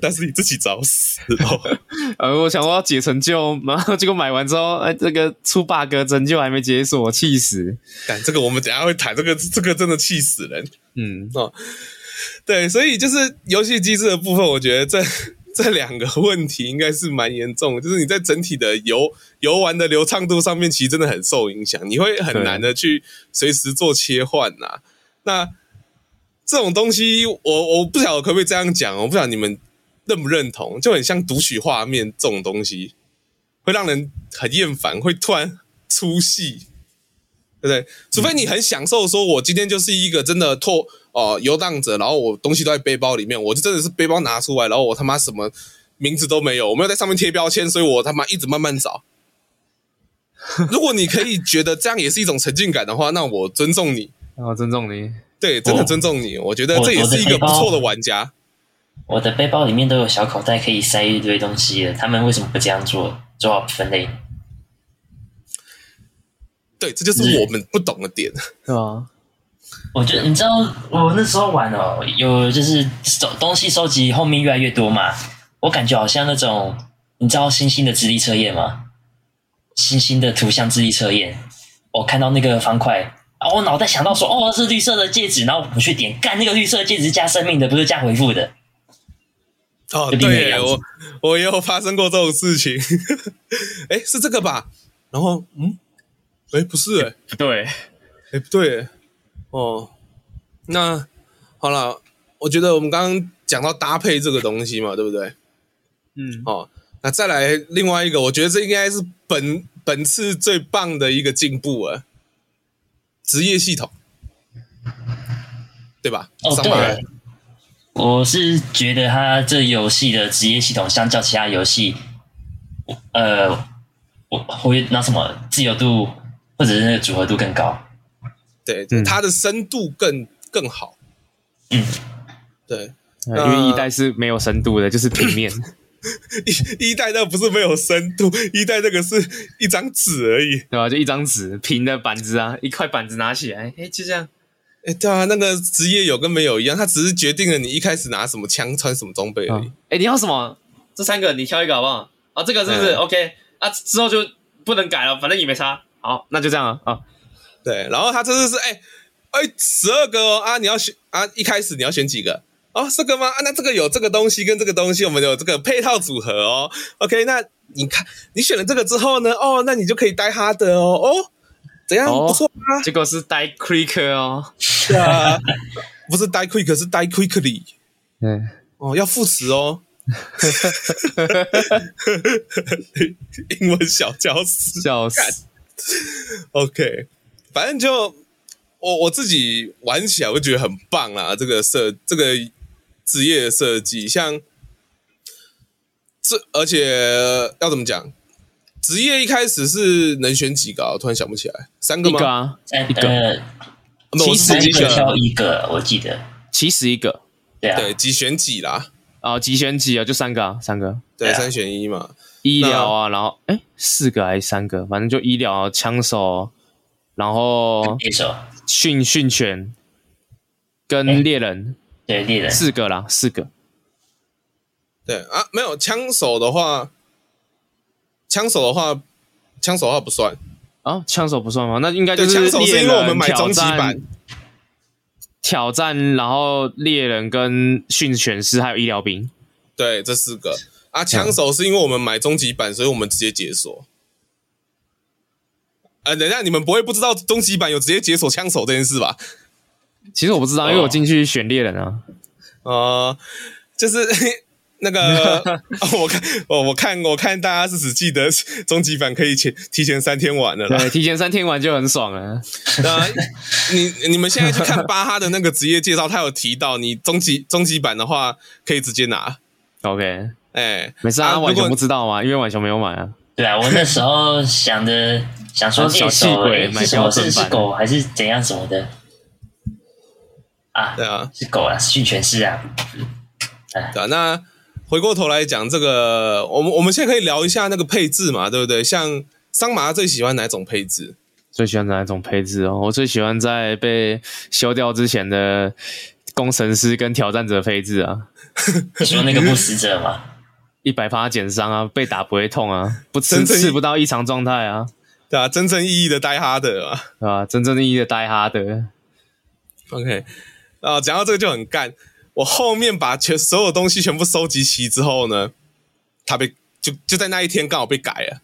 [SPEAKER 1] 但是你自己找死哦。
[SPEAKER 2] 呃，我想我要解成就，然后 结果买完之后，哎，这个出 bug 成就还没解锁，气死！
[SPEAKER 1] 但这个我们等一下会谈，这个这个真的气死人。
[SPEAKER 2] 嗯，
[SPEAKER 1] 对，所以就是游戏机制的部分，我觉得这这两个问题应该是蛮严重的，就是你在整体的游游玩的流畅度上面，其实真的很受影响，你会很难的去随时做切换呐、那这种东西，我我不晓得可不可以这样讲，我不晓得你们认不认同，就很像读取画面这种东西，会让人很厌烦，会突然出戏。对不对？除非你很享受，说我今天就是一个真的拓哦、游荡者，然后我东西都在背包里面，我就真的是背包拿出来，然后我他妈什么名字都没有，我没有在上面贴标签，所以我他妈一直慢慢 找。如果你可以觉得这样也是一种沉浸感的话，那我尊重你，
[SPEAKER 2] 那我哦尊重你。
[SPEAKER 1] 对，真的
[SPEAKER 3] 哦
[SPEAKER 1] 尊重你。我觉得
[SPEAKER 3] 我
[SPEAKER 1] 这也是一个不错的玩家。
[SPEAKER 3] 我的背包里面都有小口袋可以塞一堆东西了，他们为什么不这样做做好分类？
[SPEAKER 1] 对，这就是我们不懂的点。
[SPEAKER 2] 对吧？
[SPEAKER 3] 我觉得你知道，我那时候玩哦，有就是收东西收集后面越来越多嘛，我感觉好像那种你知道星星的智力测验吗？星星的图像智力测验，我看到那个方块，啊，我脑袋想到说，哦，是绿色的戒指，然后我去点，干那个绿色的戒指是加生命的，不是加回复的，
[SPEAKER 1] 哦，
[SPEAKER 3] 就另一个
[SPEAKER 1] 对，
[SPEAKER 3] 样子
[SPEAKER 1] 我我也有发生过这种事情。 哎，是这个吧？然后，嗯，哎，不是、诶
[SPEAKER 2] 不对，
[SPEAKER 1] 哎、不对耶，哦，那好了，我觉得我们刚刚讲到搭配这个东西嘛，对不对？
[SPEAKER 2] 嗯，
[SPEAKER 1] 哦，那再来另外一个，我觉得这应该是本本次最棒的一个进步了，职业系统，对吧？
[SPEAKER 3] 哦，
[SPEAKER 1] 上班
[SPEAKER 3] 对，我是觉得它这游戏的职业系统相较其他游戏，呃，我我会拿什么自由度或者是那个组合度更高。
[SPEAKER 1] 对，
[SPEAKER 2] 嗯
[SPEAKER 1] 它的深度更更好，
[SPEAKER 3] 嗯，
[SPEAKER 1] 对，
[SPEAKER 2] 哎因
[SPEAKER 1] 那
[SPEAKER 2] 为一代是没有深度的，就是平 面。
[SPEAKER 1] 一一代那不是没有深度，一代那个是一张纸而已。
[SPEAKER 2] 对吧？就一张纸，平的板子啊，一块板子拿起来，哎，就这样。
[SPEAKER 1] 哎，对啊，那个职业有跟没有一样，它只是决定了你一开始拿什么枪、穿什么装备而已。
[SPEAKER 2] 哎，你要什么？这三个你挑一个好不好？啊，这个是不是
[SPEAKER 1] 嗯
[SPEAKER 2] OK？啊，之后就不能改了，反正也没差。好，那就这样啊。啊，
[SPEAKER 1] 对，然后它这次是哎哎十二个哦啊，你要选啊，一开始你要选几个？哦，这个吗？啊，那这个有这个东西跟这个东西，我们有这个配套组合哦。OK，那你看你选了这个之后呢，哦，那你就可以带哈德哦，哦，怎样、
[SPEAKER 2] 哦
[SPEAKER 1] 不错啊？
[SPEAKER 2] 结果是带 Creaker 哦，
[SPEAKER 1] 是啊，不是 die quick，是 die quickly
[SPEAKER 2] 嗯，
[SPEAKER 1] 哦，要副词哦。 英文小教师
[SPEAKER 2] 笑死，
[SPEAKER 1] OK，反正就我我自己玩起来，我就觉得很棒啦。这个设这个职业的设计，像这，而且要怎么讲？职业一开始是能选几个、啊？我突然想不起来，三个
[SPEAKER 2] 一
[SPEAKER 1] 吗？
[SPEAKER 2] 个啊，
[SPEAKER 3] 三
[SPEAKER 2] 一个
[SPEAKER 3] 呃，
[SPEAKER 1] 没有我是
[SPEAKER 2] 其实
[SPEAKER 1] 自
[SPEAKER 3] 三
[SPEAKER 1] 己
[SPEAKER 3] 个
[SPEAKER 1] 选的，
[SPEAKER 3] 挑一个，我记得，
[SPEAKER 2] 起始一个
[SPEAKER 3] 对啊，
[SPEAKER 1] 对，几选几啦？
[SPEAKER 2] 啊，几选几啊，就三个啊，三个
[SPEAKER 1] 对，
[SPEAKER 3] 对啊
[SPEAKER 1] 三选一嘛。
[SPEAKER 2] 医疗啊，然后哎四个还是三个，反正就医疗、啊枪手，然后
[SPEAKER 3] 猎手，
[SPEAKER 2] 训训犬跟
[SPEAKER 3] 诶
[SPEAKER 2] 猎人
[SPEAKER 3] 对猎人，
[SPEAKER 2] 四个啦，四个
[SPEAKER 1] 对啊，没有枪手的话，枪手的话，枪手的话不算。
[SPEAKER 2] 啊，枪手不算吗？那应该就
[SPEAKER 1] 对，枪
[SPEAKER 2] 是
[SPEAKER 1] 手是
[SPEAKER 2] 猎
[SPEAKER 1] 因为我们
[SPEAKER 2] 人
[SPEAKER 1] 买
[SPEAKER 2] 挑
[SPEAKER 1] 终极版
[SPEAKER 2] 战。挑战，然后猎人跟训犬师还有医疗兵。
[SPEAKER 1] 对，这四个啊，枪手是因为我们买终极版，所以我们直接解锁。呃，等一下，你们不会不知道终极版有直接解锁枪手这件事吧？
[SPEAKER 2] 其实我不知道，因为我进去选猎人啊。
[SPEAKER 1] 呃，就是 那个，哦我看，我我看，我看大家是只记得终极版可以前提前三天玩的啦。
[SPEAKER 2] 对，提前三天玩就很爽了。
[SPEAKER 1] 那你你们现在去看巴哈的那个职业介绍，他有提到，你终极终极版的话可以直接拿。
[SPEAKER 2] OK，
[SPEAKER 1] 哎、
[SPEAKER 2] 没事啊，
[SPEAKER 1] 啊
[SPEAKER 2] 晚
[SPEAKER 1] 如
[SPEAKER 2] 熊
[SPEAKER 1] 果
[SPEAKER 2] 不知道嘛，因为晚熊没有买啊。
[SPEAKER 3] 对啊，我那时候想的想说
[SPEAKER 2] 啊小
[SPEAKER 3] 猎
[SPEAKER 2] 气
[SPEAKER 3] 手
[SPEAKER 2] 鬼
[SPEAKER 3] 诶
[SPEAKER 2] 买
[SPEAKER 3] 是什么
[SPEAKER 2] 标准
[SPEAKER 3] 是是
[SPEAKER 2] 版
[SPEAKER 3] 狗还是怎样什么的啊？
[SPEAKER 1] 对啊，
[SPEAKER 3] 是狗啊，是训犬师 啊，
[SPEAKER 1] 对啊，那回过头来讲这个，我们我们现在可以聊一下那个配置嘛，对不对？像桑麻最喜欢哪种配置？
[SPEAKER 2] 最喜欢哪一种配置哦？我最喜欢在被修掉之前的工程师跟挑战者配置啊，
[SPEAKER 3] 你说那个不死者嘛？
[SPEAKER 2] 一百发减伤啊，被打不会痛啊，不吃
[SPEAKER 1] 真正
[SPEAKER 2] 吃不到异常状态啊，
[SPEAKER 1] 对啊，真正意义的呆哈的啊。
[SPEAKER 2] 对吧、真正意义的呆哈德，
[SPEAKER 1] OK，啊，讲到这个就很干。我后面把全所有东西全部收集齐之后呢，他被就就在那一天刚好被改了。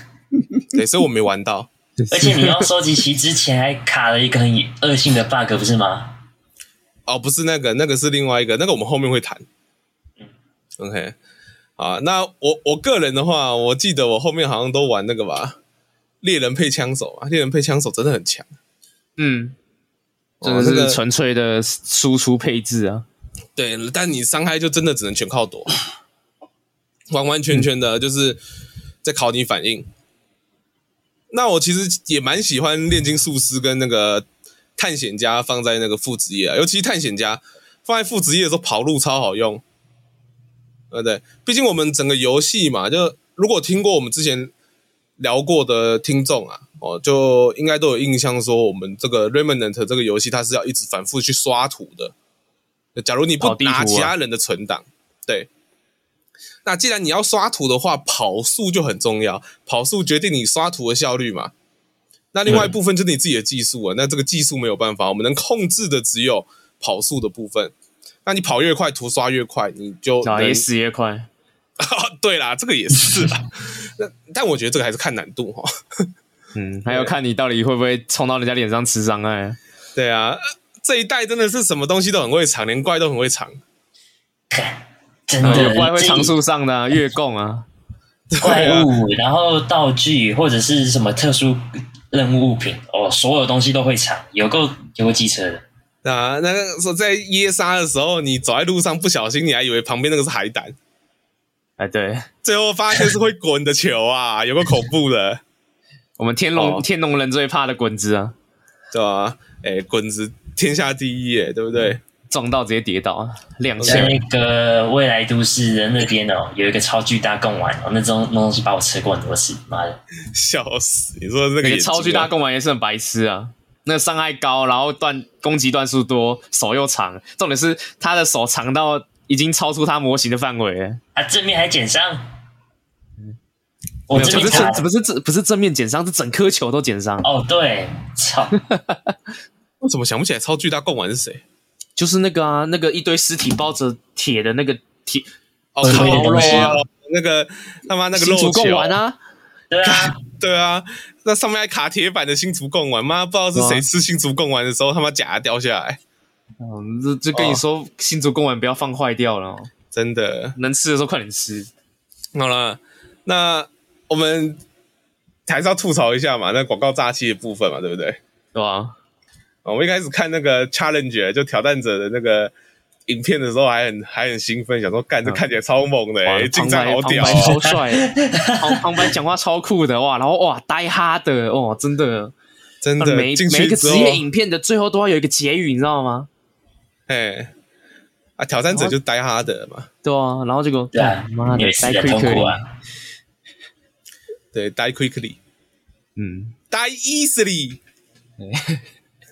[SPEAKER 1] 对，所以我没玩到。
[SPEAKER 3] 而且你要收集齐之前还卡了一个很恶性的 bug，不是吗？
[SPEAKER 1] 哦，不是那个，那个是另外一个，那个我们后面会谈。OK，啊，那我我个人的话，我记得我后面好像都玩那个吧，猎人配枪手啊，猎人配枪手真的很强，
[SPEAKER 2] 嗯，真
[SPEAKER 1] 哦
[SPEAKER 2] 的
[SPEAKER 1] 那个
[SPEAKER 2] 是纯粹的输出配置啊。
[SPEAKER 1] 对，但你伤害就真的只能全靠躲，完完全全
[SPEAKER 2] 嗯
[SPEAKER 1] 的就是在考你反应。那我其实也蛮喜欢炼金术师跟那个探险家放在那个副职业啊，尤其是探险家放在副职业的时候跑路超好用，对不对？毕竟我们整个游戏嘛，就如果听过我们之前聊过的听众啊，哦，就应该都有印象说我们这个 Remnant 这个游戏它是要一直反复去刷图的，假如你不
[SPEAKER 2] 跑地图啊
[SPEAKER 1] 拿其他人的存档，对。那既然你要刷图的话，跑速就很重要，跑速决定你刷图的效率嘛。那另外一部分就是你自己的技术啊，那这个技术没有办法，我们能控制的只有跑速的部分。那你跑越快，图刷越快，你就
[SPEAKER 2] 啊，
[SPEAKER 1] 能啊
[SPEAKER 2] 也死也快。
[SPEAKER 1] 对啦，这个也是啦。 那但我觉得这个还是看难度哈、
[SPEAKER 2] 嗯，还要看你到底会不会冲到人家脸上吃伤害啊。
[SPEAKER 1] 对啊，呃这一代真的是什么东西都很会藏，连怪都很会藏。
[SPEAKER 3] 真
[SPEAKER 1] 嗯
[SPEAKER 2] 有
[SPEAKER 3] 的，
[SPEAKER 2] 怪会
[SPEAKER 3] 这一
[SPEAKER 2] 常数上的啊月供啊，
[SPEAKER 3] 怪物，然后道具或者是什么特殊任务物品，哦，所有东西都会藏，有够有够机车的。
[SPEAKER 1] 啊，那个说在耶杀的时候，你走在路上不小心，你还以为旁边那个是海胆，
[SPEAKER 2] 哎，对
[SPEAKER 1] 最后发现是会滚的球啊，有个恐怖的，
[SPEAKER 2] 我们天龙、
[SPEAKER 1] 哦
[SPEAKER 2] 天龙人最怕的滚子啊，
[SPEAKER 1] 对吧、哎，滚子天下第一耶，对不对？
[SPEAKER 2] 撞到直接跌倒啊，踉
[SPEAKER 3] 在
[SPEAKER 2] 跄。
[SPEAKER 3] 那个未来都市的那边哦，有一个超巨大贡丸哦，那种那东西把我吃过很多次，妈的，
[SPEAKER 1] 笑死！你说这个
[SPEAKER 2] 那
[SPEAKER 1] 眼
[SPEAKER 2] 个
[SPEAKER 1] 睛啊
[SPEAKER 2] 超巨大贡丸也是很白痴啊，那个伤害高，然后段攻击段数多，手又长，重点是他的手长到已经超出他模型的范围了。
[SPEAKER 3] 啊，正面还减伤，我
[SPEAKER 2] 没有
[SPEAKER 3] 这
[SPEAKER 2] 不
[SPEAKER 3] 边
[SPEAKER 2] 是
[SPEAKER 3] 卡
[SPEAKER 2] 正不是正不是正面减伤，是整颗球都减伤，
[SPEAKER 3] 哦，对，操，
[SPEAKER 1] 为什么想不起来超巨大贡丸是谁？
[SPEAKER 2] 就是那个啊，那个一堆尸体包着铁的那个铁
[SPEAKER 1] 哦，
[SPEAKER 3] 对
[SPEAKER 1] 烤
[SPEAKER 3] 对
[SPEAKER 1] 肉
[SPEAKER 3] 对
[SPEAKER 1] 啊，那个他妈那个
[SPEAKER 2] 新
[SPEAKER 1] 肉
[SPEAKER 2] 竹贡
[SPEAKER 1] 球
[SPEAKER 2] 丸，啊，
[SPEAKER 3] 对 啊，
[SPEAKER 1] 对啊，那上面还卡铁板的新竹贡丸，妈不知道是谁吃新竹贡丸的时候，他妈假的掉下来，哦
[SPEAKER 2] 嗯，这就跟你说新竹贡丸不要放坏掉了哦，
[SPEAKER 1] 真的。
[SPEAKER 2] 能吃的时候快点吃。
[SPEAKER 1] 好了，那我们还是要吐槽一下嘛，那广告诈欺的部分嘛，对不对？
[SPEAKER 2] 对吧？
[SPEAKER 1] 哦，我一开始看那个 challenge 就挑战者的那个影片的时候，还很还很兴奋，想说干这看起来超猛的、
[SPEAKER 2] 嗯哇
[SPEAKER 1] 欸，进
[SPEAKER 2] 旁
[SPEAKER 1] 站
[SPEAKER 2] 白
[SPEAKER 1] 好
[SPEAKER 2] 旁
[SPEAKER 1] 屌、
[SPEAKER 2] 白
[SPEAKER 1] 哦，
[SPEAKER 2] 超帅，旁旁白讲话超酷的哇，然后哇呆哈的哦，真的，
[SPEAKER 1] 真的
[SPEAKER 2] 呃每
[SPEAKER 1] 进
[SPEAKER 2] 每一
[SPEAKER 1] 去
[SPEAKER 2] 个
[SPEAKER 1] 之
[SPEAKER 2] 职
[SPEAKER 1] 后，
[SPEAKER 2] 业影片的最后都要有一个结语，你知道吗？
[SPEAKER 1] 哎，啊，挑战者就呆哈德嘛，
[SPEAKER 2] 对啊，然后结果
[SPEAKER 3] 对啊
[SPEAKER 2] 干妈，
[SPEAKER 3] 你
[SPEAKER 2] 的
[SPEAKER 3] 会死
[SPEAKER 2] 呆
[SPEAKER 3] 的很
[SPEAKER 2] quick
[SPEAKER 3] 痛苦
[SPEAKER 2] 而已，
[SPEAKER 3] 啊，
[SPEAKER 1] 对，呆 quickly，
[SPEAKER 2] 嗯，
[SPEAKER 1] 呆 easily，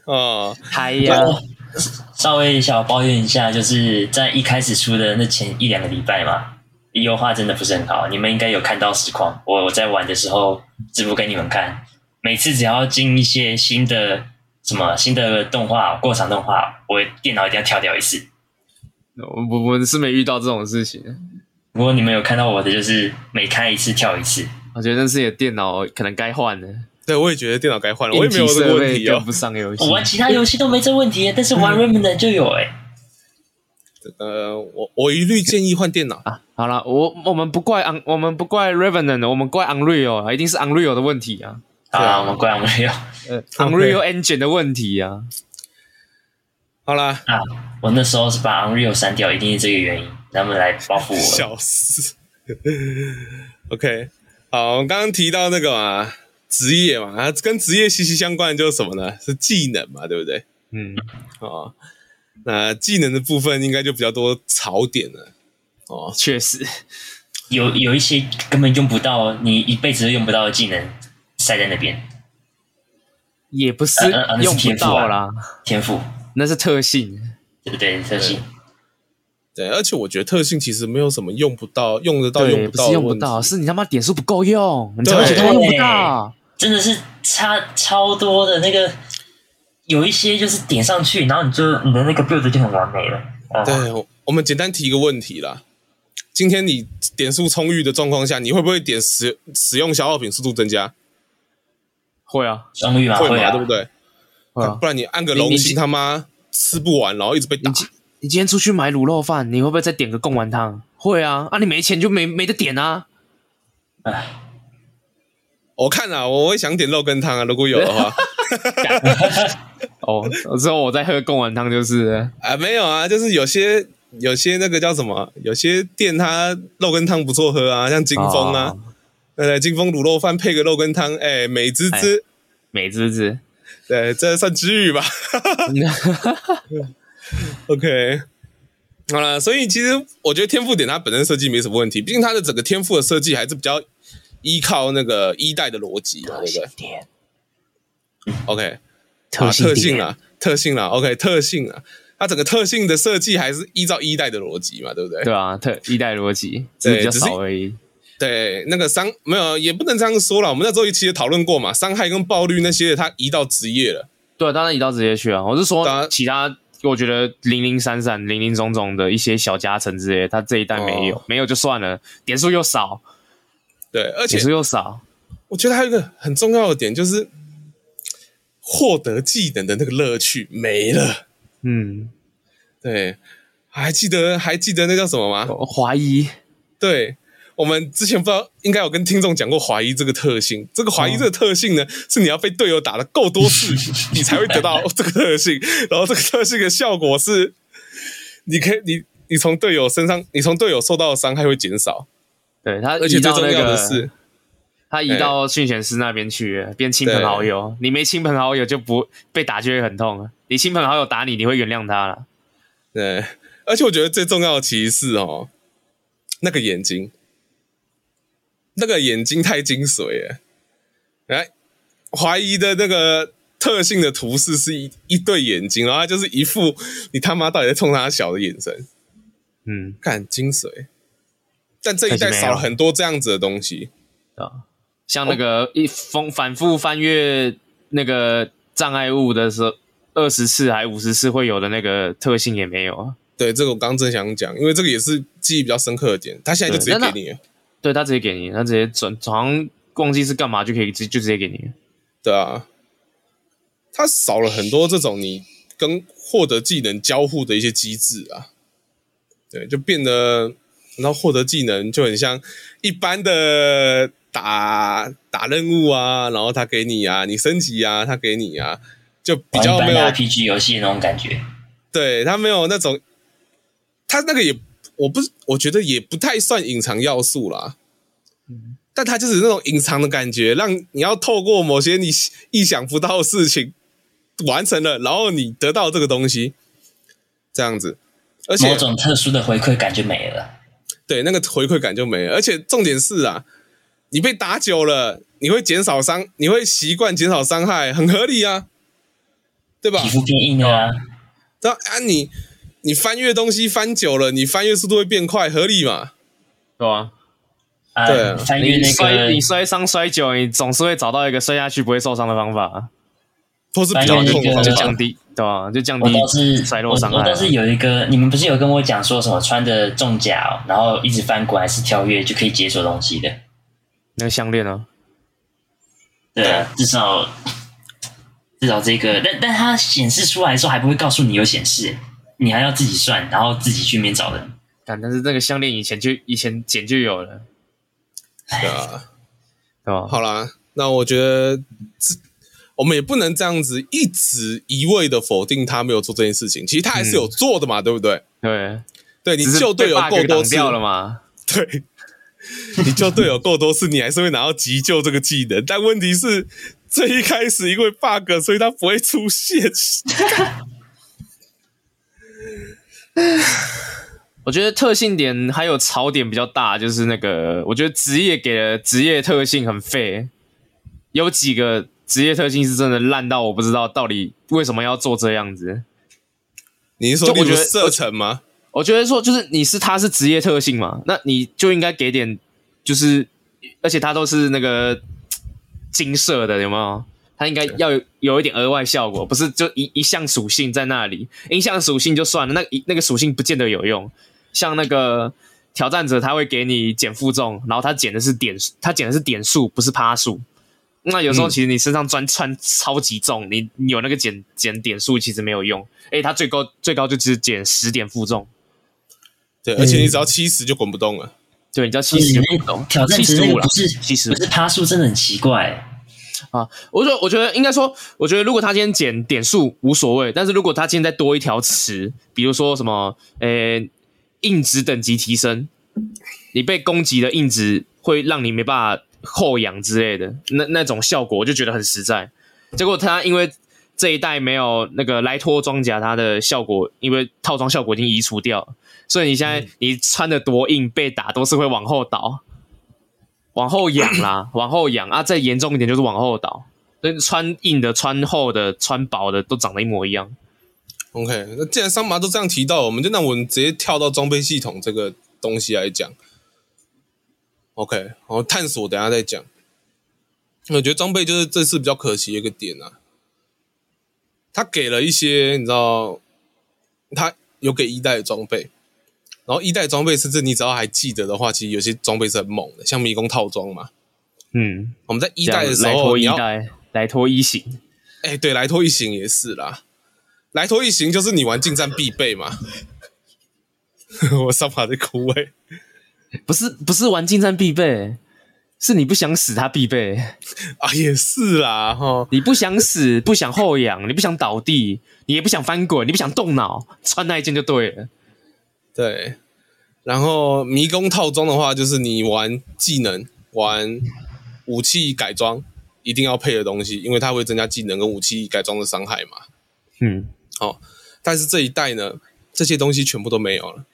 [SPEAKER 1] 哦，
[SPEAKER 2] 嗨 呀，
[SPEAKER 3] 稍微小抱怨一下，就是在一开始出的那前一两个礼拜嘛，优化真的不是很好。你们应该有看到实况，我我在玩的时候直播给你们看。每次只要进一些新的什么新的动画过场动画，我电脑一定要跳掉一次。
[SPEAKER 2] 我我我是没遇到这种事情，
[SPEAKER 3] 如果你们有看到我的，就是每开一次跳一次。
[SPEAKER 2] 我觉得那是你的电脑可能该换了，
[SPEAKER 1] 对我也觉得电脑该换了，我
[SPEAKER 2] 硬
[SPEAKER 1] 也没有
[SPEAKER 2] 体
[SPEAKER 1] 这个
[SPEAKER 2] 设
[SPEAKER 1] 问
[SPEAKER 2] 备
[SPEAKER 1] 题
[SPEAKER 2] 跟
[SPEAKER 1] 哦
[SPEAKER 2] 不，上游戏
[SPEAKER 3] 我，玩其他游戏都没这问题，但是玩 Remnant 就有哎、
[SPEAKER 1] 呃，我我一律建议换电脑，
[SPEAKER 2] 啊，好了，我我们不怪 on，我们不怪 Revenant，我们怪 Unreal，啊一定是 Unreal 的问题啊，
[SPEAKER 3] 好啦，我们怪我们有
[SPEAKER 2] 呃
[SPEAKER 1] OK
[SPEAKER 2] ，Unreal Engine 的问题啊，
[SPEAKER 1] 好啦，
[SPEAKER 3] 啊，我那时候是把 Unreal 删掉，一定是这个原因，他们来报复我。
[SPEAKER 1] 笑死。OK，好，我们刚刚提到那个嘛，职业嘛，啊，跟职业息息相关的就是什么呢？是技能嘛，对不对？
[SPEAKER 2] 嗯，
[SPEAKER 1] 哦，那技能的部分应该就比较多槽点了。哦，
[SPEAKER 2] 确实，
[SPEAKER 3] 有有一些根本用不到，你一辈子都用不到的技能塞在那边，
[SPEAKER 2] 也不是
[SPEAKER 3] 呃呃那是
[SPEAKER 2] 用不
[SPEAKER 3] 天赋
[SPEAKER 2] 到
[SPEAKER 3] 啊
[SPEAKER 2] 啦，
[SPEAKER 3] 天赋
[SPEAKER 2] 那是特性，
[SPEAKER 3] 对不对？特性
[SPEAKER 1] 对，而且我觉得特性其实没有什么用不到、用得到、
[SPEAKER 2] 对
[SPEAKER 1] 用
[SPEAKER 2] 不
[SPEAKER 1] 到
[SPEAKER 2] 是
[SPEAKER 1] 的
[SPEAKER 2] 用不
[SPEAKER 1] 问题
[SPEAKER 2] 到，是你他妈点数不够用，你才
[SPEAKER 1] 对
[SPEAKER 2] 会觉得用不到。
[SPEAKER 3] 真的是差超多的那个，有一些就是点上去，然后你就你的那个 build 就很完美了。啊，
[SPEAKER 1] 对，我我们简单提一个问题啦。今天你点数充裕的状况下，你会不会点使使用消耗品速度增加？
[SPEAKER 2] 会啊，
[SPEAKER 3] 终于嘛
[SPEAKER 1] 会
[SPEAKER 3] 会
[SPEAKER 1] 嘛，
[SPEAKER 3] 啊
[SPEAKER 1] 对不，对？
[SPEAKER 2] 会啊
[SPEAKER 1] 不。然你按个
[SPEAKER 2] 你
[SPEAKER 1] 龙
[SPEAKER 2] 你
[SPEAKER 1] 心
[SPEAKER 2] 今
[SPEAKER 1] 他妈吃不完，然后一直被打
[SPEAKER 2] 你。今你今天出去买卤肉饭，你会不会再点个贡丸汤？会啊，啊你没钱就没没得点啊。
[SPEAKER 3] 唉
[SPEAKER 1] 我看啊，我会想点肉羹汤啊，如果有的 话。
[SPEAKER 2] 哦，之后我再喝贡丸汤就是，
[SPEAKER 1] 啊，没有啊，就是有些有些那个叫什么，有些店它肉羹汤不错喝啊，像金丰啊，
[SPEAKER 2] 哦
[SPEAKER 1] 对不对，金丰卤肉饭配个肉羹汤，哎，美滋滋，
[SPEAKER 2] 美滋滋。
[SPEAKER 1] 对，这算知 遇吧嗯？OK，好了，所以其实我觉得天赋点它本身设计没什么问题，毕竟它的整个天赋的设计还是比较依靠那个一代的逻辑嘛，对不对
[SPEAKER 3] 点
[SPEAKER 1] ？OK，
[SPEAKER 2] 特
[SPEAKER 1] 啊
[SPEAKER 2] 性
[SPEAKER 1] 特
[SPEAKER 2] 点
[SPEAKER 1] 性啦，特性啦，OK，特性啦，它整个特性的设计还是依照一代的逻辑嘛，对不对？
[SPEAKER 2] 对啊，特一代逻辑只
[SPEAKER 1] 对
[SPEAKER 2] 是比较
[SPEAKER 1] 只是
[SPEAKER 2] 少而已。
[SPEAKER 1] 对，那个伤没有，也不能这样说了。我们那时候一期也讨论过嘛，伤害跟暴率那些，它移到职业了。
[SPEAKER 2] 对啊，当然移到职业去啊。我是
[SPEAKER 1] 当
[SPEAKER 2] 说
[SPEAKER 1] 然
[SPEAKER 2] 其他，我觉得零零散散、零零总总的一些小加成之类，他这一代没有，
[SPEAKER 1] 哦
[SPEAKER 2] 没有就算了，点数又少，
[SPEAKER 1] 对，而且
[SPEAKER 2] 点数又少。
[SPEAKER 1] 我觉得还有一个很重要的点就是，获得技能的那个乐趣没了。
[SPEAKER 2] 嗯，
[SPEAKER 1] 对，还记得还记得那叫什么吗？
[SPEAKER 2] 我怀疑
[SPEAKER 1] 对。我们之前不知道，应该有跟听众讲过怀疑这个特性。这个怀疑这个特性呢，是你要被队友打的够多次，你才会得到这个特性。 然后这个特性的效果是，你可以你你从队友身上，你从队友受到的伤害会减少，
[SPEAKER 2] 对他
[SPEAKER 1] 而
[SPEAKER 2] 移
[SPEAKER 1] 且最
[SPEAKER 2] 到
[SPEAKER 1] 重
[SPEAKER 2] 那
[SPEAKER 1] 要的
[SPEAKER 2] 个
[SPEAKER 1] 是，
[SPEAKER 2] 他移到训犬师那边去了，变亲朋好友。你没亲朋好友就不被打，就会很痛啊。你亲朋好友打你，你会原谅他了。
[SPEAKER 1] 对，而且我觉得最重要的其实是哦，那个眼睛，那个眼睛太精髓了。来，怀疑的那个特性的图示是一一对眼睛，然后它就是一副你他妈到底在冲他小的眼神，
[SPEAKER 2] 嗯，
[SPEAKER 1] 看精髓。但这一代
[SPEAKER 2] 可惜没有啊
[SPEAKER 1] 少了很多这样子的东西，
[SPEAKER 2] 对啊，像那个一封反复翻阅那个障碍物的时候，二十次还五十次会有的那个特性也没有啊。
[SPEAKER 1] 对这个我刚正想讲，因为这个也是记忆比较深刻的点，他现在就直接
[SPEAKER 2] 对那
[SPEAKER 1] 给你了，
[SPEAKER 2] 对他直接给你，他直接转，好像忘记是干嘛就可以直就直接给你。
[SPEAKER 1] 对啊，它少了很多这种你跟获得技能交互的一些机制啊，对，就变得，然后获得技能就很像一般的打打任务啊，然后他给你啊，你升级啊，他给你啊，就比较
[SPEAKER 3] 玩
[SPEAKER 1] 没
[SPEAKER 3] 一
[SPEAKER 1] 有
[SPEAKER 3] 般 RPG 游戏的那种感觉。
[SPEAKER 1] 对他没有那种，他那个也，我不，我觉得也不太算隐藏要素啦。但他就是那种隐藏的感觉，让你要透过某些你意想不到的事情完成了，然后你得到这个东西，这样子。而且
[SPEAKER 3] 某种特殊的回馈感就没了。
[SPEAKER 1] 对，那个回馈感就没了。而且重点是啊，你被打久了，你会减少伤，你会习惯减少伤害，很合理啊，对吧？
[SPEAKER 3] 皮肤变硬了啊，
[SPEAKER 1] 那啊你你翻阅东西翻久了，你翻阅速度会变快，合理嘛？
[SPEAKER 2] 对啊，
[SPEAKER 1] 对
[SPEAKER 3] 啊
[SPEAKER 1] 啊，
[SPEAKER 3] 翻阅
[SPEAKER 2] 你
[SPEAKER 3] 那
[SPEAKER 2] 摔
[SPEAKER 3] 个
[SPEAKER 2] 你摔伤摔久，你总是会找到一个摔下去不会受伤的方法，啊
[SPEAKER 1] 或是比较痛的
[SPEAKER 3] 翻阅那个
[SPEAKER 2] 就
[SPEAKER 1] 方
[SPEAKER 2] 降
[SPEAKER 1] 法。
[SPEAKER 2] 低，对啊，就降
[SPEAKER 3] 我
[SPEAKER 2] 低
[SPEAKER 3] 倒是
[SPEAKER 2] 摔
[SPEAKER 3] 我
[SPEAKER 2] 落伤害
[SPEAKER 3] 我
[SPEAKER 2] 啊。
[SPEAKER 3] 倒是有一个，你们不是有跟我讲说什么穿着重甲哦、然后一直翻滚还是跳跃就可以解锁东西的？
[SPEAKER 2] 那个项链啊，
[SPEAKER 3] 对啊，至少至少这个，但但它显示出来的时候还不会告诉你有显示，你还要自己算，然后自己去面找人。
[SPEAKER 2] 但但是那个项链以前就以前捡就有了，
[SPEAKER 1] 对啊，
[SPEAKER 2] 对吧？
[SPEAKER 1] 好啦，那我觉得这我们也不能这样子一直一味的否定他没有做这件事情，其实他还是有做的嘛，对不对？
[SPEAKER 2] 对，
[SPEAKER 1] 对你
[SPEAKER 2] 嗯只是
[SPEAKER 1] 救队
[SPEAKER 2] 被
[SPEAKER 1] 友
[SPEAKER 2] bug
[SPEAKER 1] 够多
[SPEAKER 2] 挡
[SPEAKER 1] 次，
[SPEAKER 2] 掉了嘛？
[SPEAKER 1] 对，你救队友够多次，你还是会拿到急救这个技能，但问题是最一开始因为 bug，所以它不会出现。
[SPEAKER 2] 我觉得特性点还有槽点比较大，就是那个，我觉得职业给了职业特性很废，有几个职业特性是真的烂到我不知道到底为什么要做这样子。
[SPEAKER 1] 你是说
[SPEAKER 2] 就我
[SPEAKER 1] 例如
[SPEAKER 2] 觉得
[SPEAKER 1] 射程吗？
[SPEAKER 2] 我觉得说就是你是他是职业特性嘛，那你就应该给点，就是而且他都是那个嘖金色的，有没有？他应该要有有一点额外效果，不是就一一项属性在那里，一项属性就算了，那一那个属性不见得有用。像那个挑战者，他会给你减负重，然后他减的是点，他减的是点数，不是趴数。那有时候
[SPEAKER 1] 嗯
[SPEAKER 2] 其实你身上穿穿超级重，你你有那个减减点数其实没有用。诶，他最高最高就只减十点负重，嗯
[SPEAKER 1] 对，而且你只要七十就滚不动了。
[SPEAKER 2] 对，你叫七
[SPEAKER 3] 其实
[SPEAKER 2] 十
[SPEAKER 3] 那个挑战值那
[SPEAKER 2] 75
[SPEAKER 3] 个
[SPEAKER 2] 啦
[SPEAKER 3] 不是
[SPEAKER 2] 75
[SPEAKER 3] 不是趴数，真的很奇怪、
[SPEAKER 2] 啊！我说，我觉得应该说，我觉得如果他今天减点数无所谓，但是如果他今天再多一条词，比如说什么，呃、硬值等级提升，你被攻击的硬值会让你没办法后仰之类的，那那种效果我就觉得很实在。结果他因为这一代没有那个莱托装甲，它的效果因为套装效果已经移除掉了，所以你现在你穿的多硬，被打都是会往后倒，往后仰啦，往后仰啊，再严重一点就是往后倒。所以穿硬的、穿厚的、穿薄的都长得一模一样。
[SPEAKER 1] OK，那既然桑麻都这样提到，我们就那我们直接跳到装备系统这个东西来讲。OK，然后探索等一下再讲。我觉得装备就是这次比较可惜的一个点啊，他给了一些你知道，他有给一代的装备，然后一代装备甚至你只要还记得的话，其实有些装备是很猛的，像迷宫套装嘛。
[SPEAKER 2] 嗯，
[SPEAKER 1] 我们在一代的时
[SPEAKER 2] 莱
[SPEAKER 1] 候，
[SPEAKER 2] 托
[SPEAKER 1] 你
[SPEAKER 2] 一
[SPEAKER 1] 要
[SPEAKER 2] 代、莱托一型，
[SPEAKER 1] 哎、对，来托一行也是啦。来托一行就是你玩近战必备嘛。 我上把在哭哎、
[SPEAKER 2] 不是不是玩近战必备，是你不想死他必备。
[SPEAKER 1] 啊，也是啦哈。
[SPEAKER 2] 你不想死，不想后仰，你不想倒地，你也不想翻滚，你不想动脑，穿那一件就对了。
[SPEAKER 1] 对，然后迷宫套装的话，就是你玩技能、玩武器改装一定要配的东西，因为它会增加技能跟武器改装的伤害嘛。
[SPEAKER 2] 嗯，
[SPEAKER 1] 但是这一代呢，这些东西全部都没有了，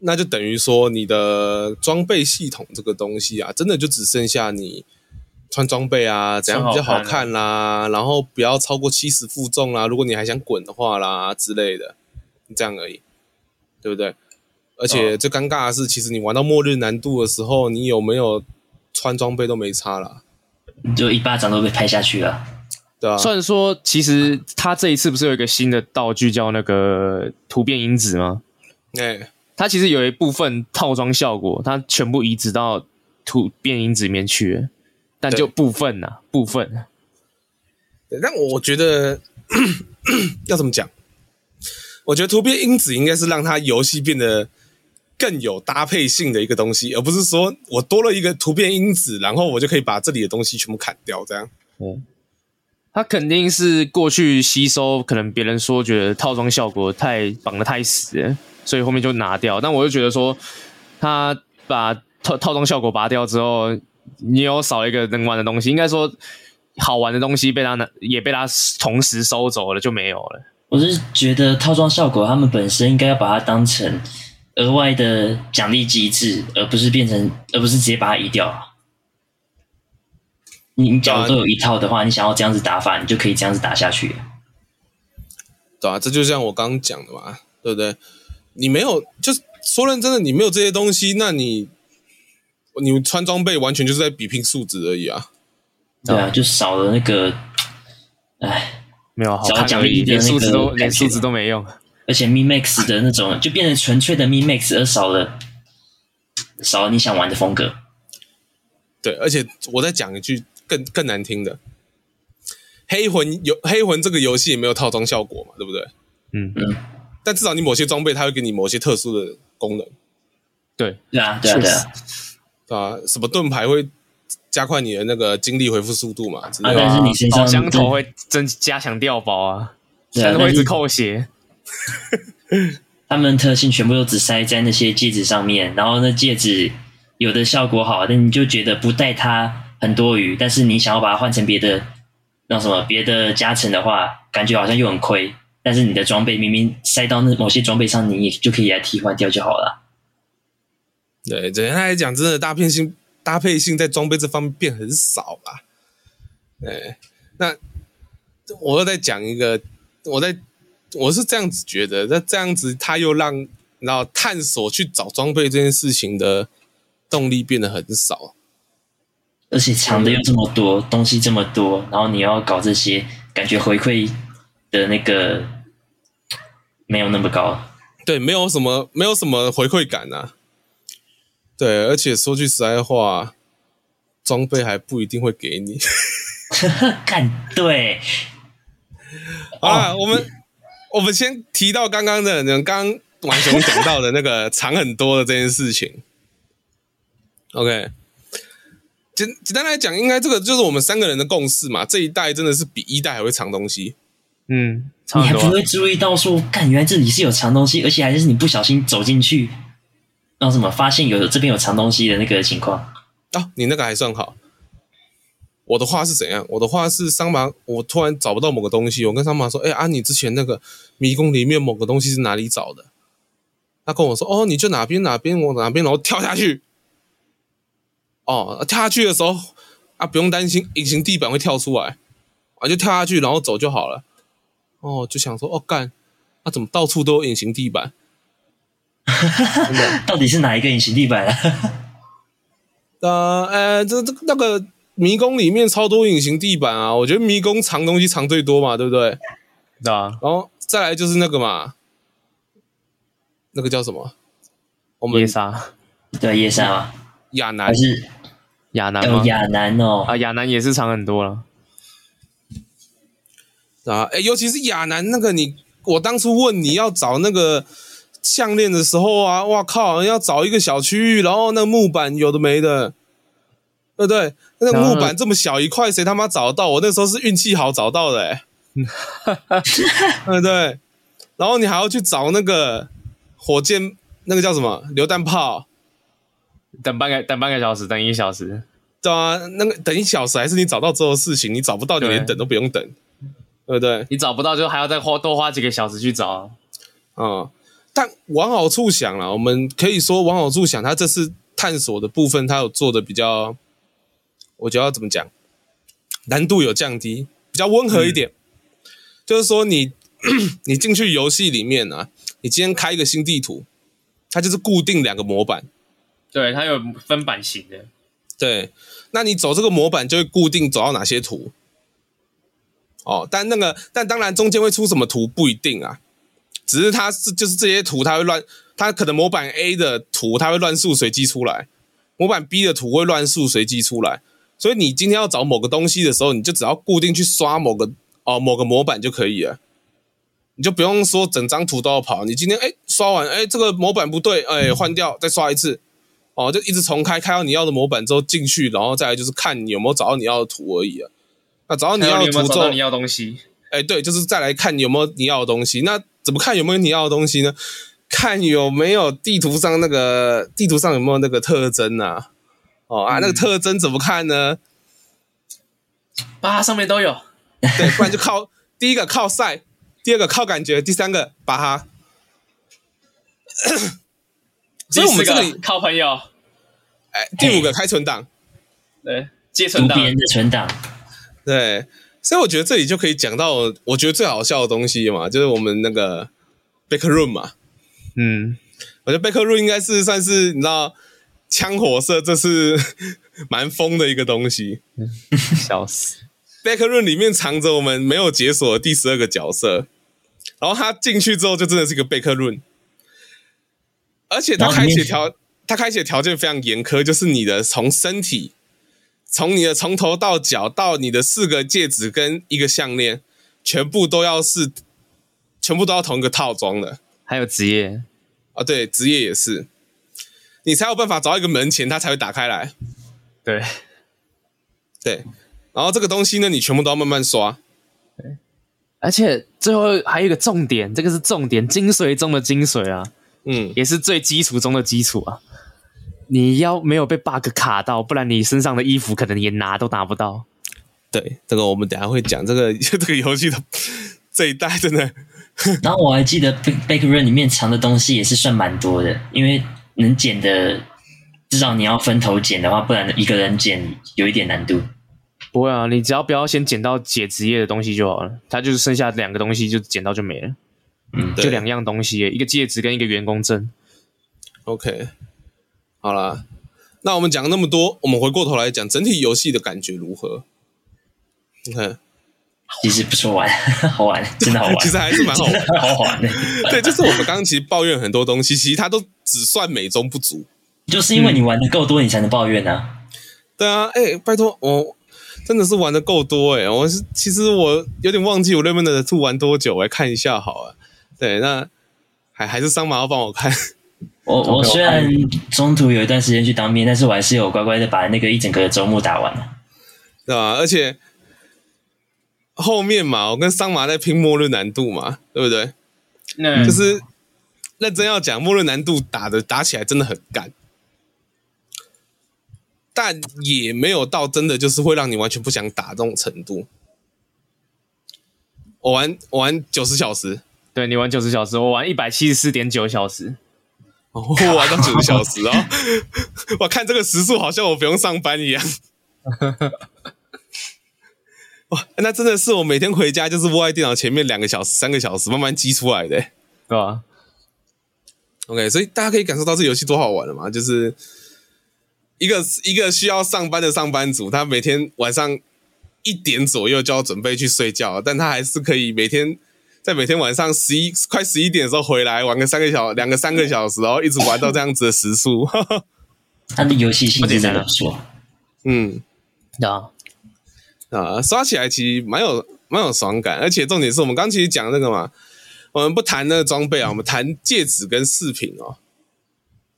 [SPEAKER 1] 那就等于说你的装备系统这个东西啊，真的就只剩下你穿装备啊，怎样比较好看啦、然后不要超过七十负重啦、如果你还想滚的话啦之类的，这样而已，对不对？而且最尴尬的是，其实你玩到末日难度的时候，你有没有穿装备都没差啦，
[SPEAKER 3] 就一巴掌都被拍下去了。
[SPEAKER 1] 对啊，
[SPEAKER 2] 虽然说其实他这一次不是有一个新的道具叫那个突变因子吗？
[SPEAKER 1] 哎，
[SPEAKER 2] 它其实有一部分套装效果，它全部移植到图变音质里面去了，但就部分呐、部分啊。
[SPEAKER 1] 对，但我觉得 要怎么讲？我觉得突变因子应该是让它游戏变得更有搭配性的一个东西，而不是说我多了一个突变因子，然后我就可以把这里的东西全部砍掉。这样，
[SPEAKER 2] 它肯定是过去吸收，可能别人说觉得套装效果太绑得太死了，所以后面就拿掉。但我就觉得说，它把套套装效果拔掉之后，你又少了一个能玩的东西，应该说好玩的东西被它拿也被它同时收走了，就没有了。
[SPEAKER 3] 我是觉得套装效果他们本身应该要把它当成额外的奖励机制，而不是变成，而不是直接把它移掉啊。你你假如都有一套的话，你想要这样子打法，你就可以这样子打下去。
[SPEAKER 1] 对啊，这就像我刚刚讲的嘛，对不对？你没有，就是说认真的，你没有这些东西，那你你穿装备完全就是在比拼数值而已啊。
[SPEAKER 3] 对啊，就少了那个，哎，
[SPEAKER 2] 没有好
[SPEAKER 3] 只要
[SPEAKER 2] 看
[SPEAKER 3] 奖
[SPEAKER 2] 而
[SPEAKER 3] 励
[SPEAKER 2] 已，
[SPEAKER 3] 的
[SPEAKER 2] 连
[SPEAKER 3] 那
[SPEAKER 2] 数值
[SPEAKER 3] 个
[SPEAKER 2] 都
[SPEAKER 3] 感
[SPEAKER 2] 连数
[SPEAKER 3] 觉
[SPEAKER 2] 值都没用。
[SPEAKER 3] 而且 Mi Max 的那种就变成纯粹的 Mi Max，而少了少了你想玩的风格。
[SPEAKER 1] 对，而且我再讲一句更更难听的，黑魂游黑魂这个游戏也没有套装效果嘛，对不对？
[SPEAKER 2] 嗯，
[SPEAKER 1] 但至少你某些装备它会给你某些特殊的功能，
[SPEAKER 2] 对，
[SPEAKER 3] 对啊，对啊，
[SPEAKER 2] 确
[SPEAKER 3] 对
[SPEAKER 2] 实
[SPEAKER 3] 啊，
[SPEAKER 1] 啊，什么盾牌会加快你的那个精力回复速度嘛之类
[SPEAKER 3] 啊，
[SPEAKER 1] 的。
[SPEAKER 3] 但是你身
[SPEAKER 2] 宝
[SPEAKER 3] 上
[SPEAKER 2] 箱头会增加强掉宝啊，
[SPEAKER 3] 对
[SPEAKER 2] 但是，
[SPEAKER 3] 啊
[SPEAKER 2] 会一
[SPEAKER 3] 但
[SPEAKER 2] 直
[SPEAKER 3] 是
[SPEAKER 2] 扣血。
[SPEAKER 3] 他们特性全部都只塞在那些戒指上面，然后那戒指有的效果好，但你就觉得不戴它很多余，但是你想要把它换成别的那什么别的加成的话，感觉好像又很亏。但是你的装备明明塞到那某些装备上，你也就可以来替换掉就好了。
[SPEAKER 1] 对，简单来讲，真的搭配性搭配性在装备这方面变很少啦。哎，那我又再讲一个，我在我是这样子觉得，那这样子他又让然后探索去找装备这件事情的动力变得很少。
[SPEAKER 3] 而且藏的又这么多，东西这么多，然后你要搞这些，感觉回馈的那个没有那么高。
[SPEAKER 1] 对，没有什么没有什么回馈感啊。对，而且说句实在话，装备还不一定会给你。
[SPEAKER 3] 干对，
[SPEAKER 1] 好啦，我们我们先提到刚刚的，刚刚王雄讲到的那个长很多的这件事情。OK，简简单来讲，应该这个就是我们三个人的共识嘛。这一代真的是比一代还会藏东西。
[SPEAKER 2] 嗯，差
[SPEAKER 3] 你
[SPEAKER 2] 很
[SPEAKER 3] 还
[SPEAKER 2] 多
[SPEAKER 3] 不
[SPEAKER 2] 啊。
[SPEAKER 3] 会注意到说，干，原来这里是有藏东西，而且还是你不小心走进去，然后什么发现有这边有藏东西的那个情况。
[SPEAKER 1] 啊，你那个还算好。我的话是怎样？我的话是桑麻，我突然找不到某个东西，我跟桑麻说：“哎、啊，你之前那个迷宫里面某个东西是哪里找的？”他跟我说：“哦，你就哪边哪边，我哪边，然后跳下去。”哦，跳下去的时候啊，不用担心隐形地板会跳出来，啊，就跳下去，然后走就好了。哦，就想说，哦干，啊，怎么到处都有隐形地板？
[SPEAKER 3] 到底是哪一个隐形地板、啊？
[SPEAKER 1] 呃呃，这这那个迷宫里面超多隐形地板啊，我觉得迷宫藏东西藏最多嘛，对不对？
[SPEAKER 2] 对啊，
[SPEAKER 1] 然后再来就是那个嘛，那个叫什么？我们
[SPEAKER 2] 夜莎、
[SPEAKER 3] 对，夜山啊，
[SPEAKER 1] 亚男
[SPEAKER 3] 还是
[SPEAKER 2] 亚男吗
[SPEAKER 3] 有？亚男哦？
[SPEAKER 2] 啊，亚男也是长很多了。
[SPEAKER 1] 啊，哎，尤其是亚男那个你，我当初问你要找那个项链的时候啊，哇靠，要找一个小区域，然后那个木板有的没的，对不对？那个
[SPEAKER 2] 然后
[SPEAKER 1] 木板这么小一块，谁他妈找得到？我那时候是运气好找到的、欸，对不对？然后你还要去找那个火箭，那个叫什么榴弹炮，
[SPEAKER 2] 等半个等半个小时，等一个小时，
[SPEAKER 1] 对啊，那个等一小时还是你找到之后的事情，你找不到你连
[SPEAKER 2] 对
[SPEAKER 1] 等都不用等，对不对？
[SPEAKER 2] 你找不到就还要再花多花几个小时去找。
[SPEAKER 1] 啊、但往好处想啦，我们可以说往好处想，他这次探索的部分，他有做的比较，我觉得要怎么讲，难度有降低，比较温和一点。就是说你 你进去游戏里面啊，你今天开一个新地图，它就是固定两个模板，
[SPEAKER 2] 对，它有分版型的，
[SPEAKER 1] 对，那你走这个模板就会固定走到哪些图。哦，但那个，但当然中间会出什么图不一定啊，只是它是就是这些图它会乱，它可能模板 A 的图它会乱数随机出来，模板 B 的图会乱数随机出来，所以你今天要找某个东西的时候，你就只要固定去刷某个哦、某个模板就可以了。你就不用说整张图都要跑，你今天哎刷完哎这个模板不对，哎换掉再刷一次，哦就一直重开，开到你要的模板之后进去，然后再来就是看你有没有找到你要的图而已啊。那找到你
[SPEAKER 2] 看
[SPEAKER 1] 要
[SPEAKER 2] 到
[SPEAKER 1] 的
[SPEAKER 2] 你有没有
[SPEAKER 1] 图
[SPEAKER 2] 找
[SPEAKER 1] 之
[SPEAKER 2] 到
[SPEAKER 1] 后
[SPEAKER 2] 你，要的东西？
[SPEAKER 1] 哎，对，就是再来看有没有你要的东西。那怎么看有没有你要的东西呢？看有没有地图上那个地图上有没有那个特征啊？哦啊，那个特征怎么看呢？
[SPEAKER 2] 啊，上面都有。
[SPEAKER 1] 对，不然就 靠第一个靠晒，第二个靠感觉，第三个把哈。所以我们这
[SPEAKER 2] 第四
[SPEAKER 1] 个
[SPEAKER 2] 个
[SPEAKER 1] 里，
[SPEAKER 2] 靠朋友，
[SPEAKER 1] 哎，第五个开存档，
[SPEAKER 2] 对，接存
[SPEAKER 3] 读
[SPEAKER 2] 档
[SPEAKER 3] 别。人的存档，
[SPEAKER 1] 对，所以我觉得这里就可以讲到我觉得最好笑的东西嘛，就是我们那个 back room 嘛，
[SPEAKER 2] 嗯，
[SPEAKER 1] 我觉得贝克路应该是算是你知道枪火社，这是 蛮疯的一个东西。
[SPEAKER 2] 笑死。
[SPEAKER 1] 贝克路里面藏着我们没有解锁的第十二个角色，然后他进去之后就真的是一个贝克路，而且他
[SPEAKER 3] 然后
[SPEAKER 1] 开
[SPEAKER 3] 里面
[SPEAKER 1] 启条他开启的条件非常严苛，就是你的从身体，从你的从头到脚到你的四个戒指跟一个项链，全部都要是全部都要同一个套装的。
[SPEAKER 2] 还有职业，
[SPEAKER 1] 啊，对，职业也是，你才有办法找到一个门前，它才会打开来。
[SPEAKER 2] 对，
[SPEAKER 1] 对，然后这个东西呢，你全部都要慢慢刷。
[SPEAKER 2] 而且最后还有一个重点，这个是重点，精髓中的精髓啊，
[SPEAKER 1] 嗯，
[SPEAKER 2] 也是最基础中的基础啊。你要没有被 bug 卡到，不然你身上的衣服可能也拿都拿不到。
[SPEAKER 1] 对，这个我们等一下会讲。这个 这个游戏的这一代真的，
[SPEAKER 3] 然后我还记得 Big Big Run 里面藏的东西也是算蛮多的，因为能捡的，至少你要分头捡的话，不然一个人捡有一点难度。
[SPEAKER 2] 不会啊，你只要不要先捡到解职业的东西就好了，它就是剩下两个东西就捡到就没了，
[SPEAKER 3] 嗯，
[SPEAKER 1] 对
[SPEAKER 2] 就两样东西耶，一个戒指跟一个员工证。
[SPEAKER 1] OK，好啦，那我们讲那么多，我们回过头来讲整体游戏的感觉如何？OK，
[SPEAKER 3] 其实不错玩， 好玩，真的好玩，
[SPEAKER 1] 其实还是蛮好玩的。
[SPEAKER 3] 好玩的。
[SPEAKER 1] 对，就是我们刚刚其实抱怨很多东西，其实它都只算美中不足。
[SPEAKER 3] 就是因为
[SPEAKER 1] 嗯
[SPEAKER 3] 你玩的够多，你才能抱怨啊。
[SPEAKER 1] 对啊，哎、拜托，我真的是玩的够多哎、我是其实我有点忘记我 Lemon 的兔玩多久，我来看一下好了。对，那还还是桑麻要帮我看。
[SPEAKER 3] 我我虽然中途有一段时间去当兵，但是我还是有乖乖的把那个一整个周末打完了。
[SPEAKER 1] 对吧、而且后面嘛，我跟桑麻在拼末日难度嘛，对不对？
[SPEAKER 2] 那
[SPEAKER 1] 就是认真要讲，末日难度打的打起来真的很干，但也没有到真的就是会让你完全不想打这种程度。我玩我玩九十小时，
[SPEAKER 2] 对你玩九十小时，我玩一百七十四点九小时，
[SPEAKER 1] 哦 我玩到九个小时哦！我看这个时速好像我不用上班一样。 哇，那真的是我每天回家就是窝在电脑前面两个小时、三个小时慢慢积出来的欸。
[SPEAKER 2] 对吧、
[SPEAKER 1] OK，所以大家可以感受到这游戏多好玩了嘛？就是一个一个需要上班的上班族，他每天晚上一点左右就要准备去睡觉，但他还是可以每天在每天晚上十一快十一点的时候回来玩个三个小两个三个小时，然后一直玩到这样子的时速。
[SPEAKER 3] 它的游戏性质真的不错，
[SPEAKER 1] 嗯
[SPEAKER 2] 对啊，
[SPEAKER 1] 啊，刷起来其实蛮有蛮有爽感，而且重点是我们刚刚其实讲那个嘛，我们不谈那个装备啊，我们谈戒指跟饰品哦。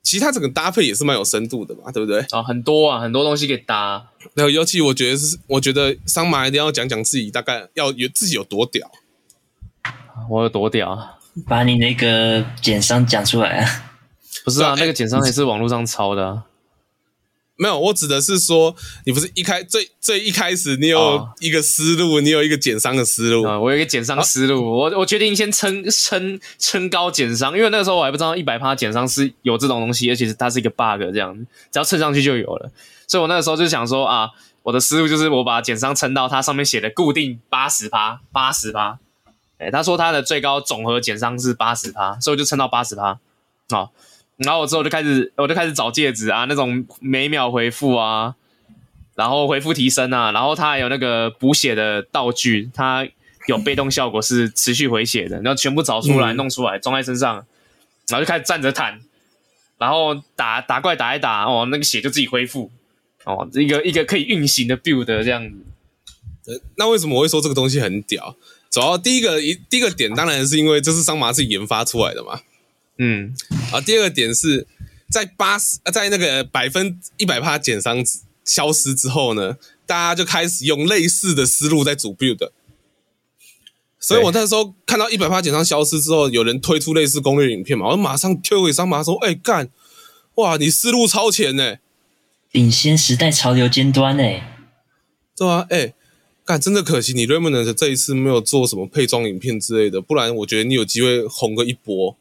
[SPEAKER 1] 其实它整个搭配也是蛮有深度的嘛，对不对？
[SPEAKER 2] 啊，很多啊，很多东西可以搭。
[SPEAKER 1] 然后尤其我觉得是，我觉得桑麻一定要讲讲自己大概要有自己有多屌。
[SPEAKER 2] 我有多屌啊？
[SPEAKER 3] 把你那个简商讲出来啊。
[SPEAKER 2] 不是
[SPEAKER 1] 对
[SPEAKER 2] 啊
[SPEAKER 1] 啊，
[SPEAKER 2] 那
[SPEAKER 1] 哎
[SPEAKER 2] 个简商也是网络上抄的、啊。
[SPEAKER 1] 没有，我指的是说，你不是一开最最一开始你有
[SPEAKER 2] 哦
[SPEAKER 1] 一个思路，你有一个减伤的思路，
[SPEAKER 2] 啊，我有一个减商思路，我我决定先撑撑撑高减商，因为那个时候我还不知道一百趴减商是有这种东西，而且是它是一个 bug 这样，只要蹭上去就有了。所以我那个时候就想说啊，我的思路就是我把减商撑到它上面写的固定八十趴，八十趴。哎，他说他的最高总和减商是八十趴，所以我就撑到八十趴。好，然后我之后就开始我就开始找戒指啊，那种每秒回复啊，然后回复提升啊，然后它还有那个补血的道具，它有被动效果是持续回血的，然后全部找出来、
[SPEAKER 1] 嗯
[SPEAKER 2] 弄出来装在身上，然后就开始站着弹，然后打打怪打一打，哦，那个血就自己恢复，哦，一个一个可以运行的 build 这样子，
[SPEAKER 1] 呃那为什么我会说这个东西很屌？主要第一个一第一个点当然是因为这是桑麻自己研发出来的嘛，
[SPEAKER 2] 嗯，
[SPEAKER 1] 啊，第二个点是在八十，呃在那个百分一百趴减伤之消失之后呢，大家就开始用类似的思路在组 build。所以我那时候看到一百趴减伤消失之后，有人推出类似攻略影片嘛，我马上推给桑麻说：“哎、干，哇，你思路超前呢、
[SPEAKER 3] 领先时代潮流尖端欸诶、
[SPEAKER 1] 对啊，哎、干，真的可惜你 Remnant 这一次没有做什么配装影片之类的，不然我觉得你有机会红个一波，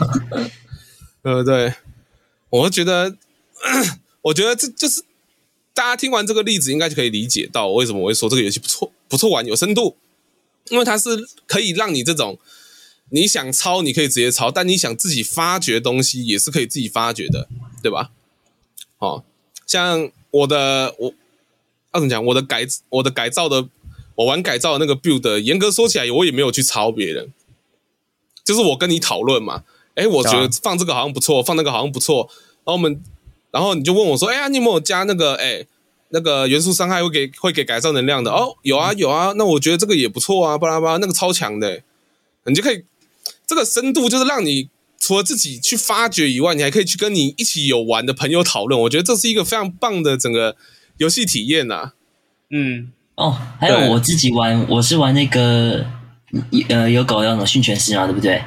[SPEAKER 1] 对不对？我觉得，我觉得这就是大家听完这个例子，应该就可以理解到为什么我会说这个游戏不错，不错玩，有深度，因为它是可以让你这种你想抄你可以直接抄，但你想自己发掘东西也是可以自己发掘的，对吧？哦，像我的我要怎么讲？我的改我的改造的，我玩改造的那个 build，严格说起来，我也没有去抄别人，就是我跟你讨论嘛。哎，我觉得
[SPEAKER 2] 啊
[SPEAKER 1] 放这个好像不错，放那个好像不错。然后我们，然后你就问我说：“哎呀，你有没有加那个？哎，那个元素伤害会给会给改造能量的？哦，有啊有啊。那我觉得这个也不错啊，巴拉巴拉，那个超强的、你就可以这个深度就是让你除了自己去发掘以外，你还可以去跟你一起有玩的朋友讨论。我觉得这是一个非常棒的整个游戏体验呐、啊。
[SPEAKER 2] 嗯，
[SPEAKER 3] 哦，还有
[SPEAKER 1] 对
[SPEAKER 3] 我自己玩，我是玩那个呃有狗有那种训犬师啊嘛，对不对？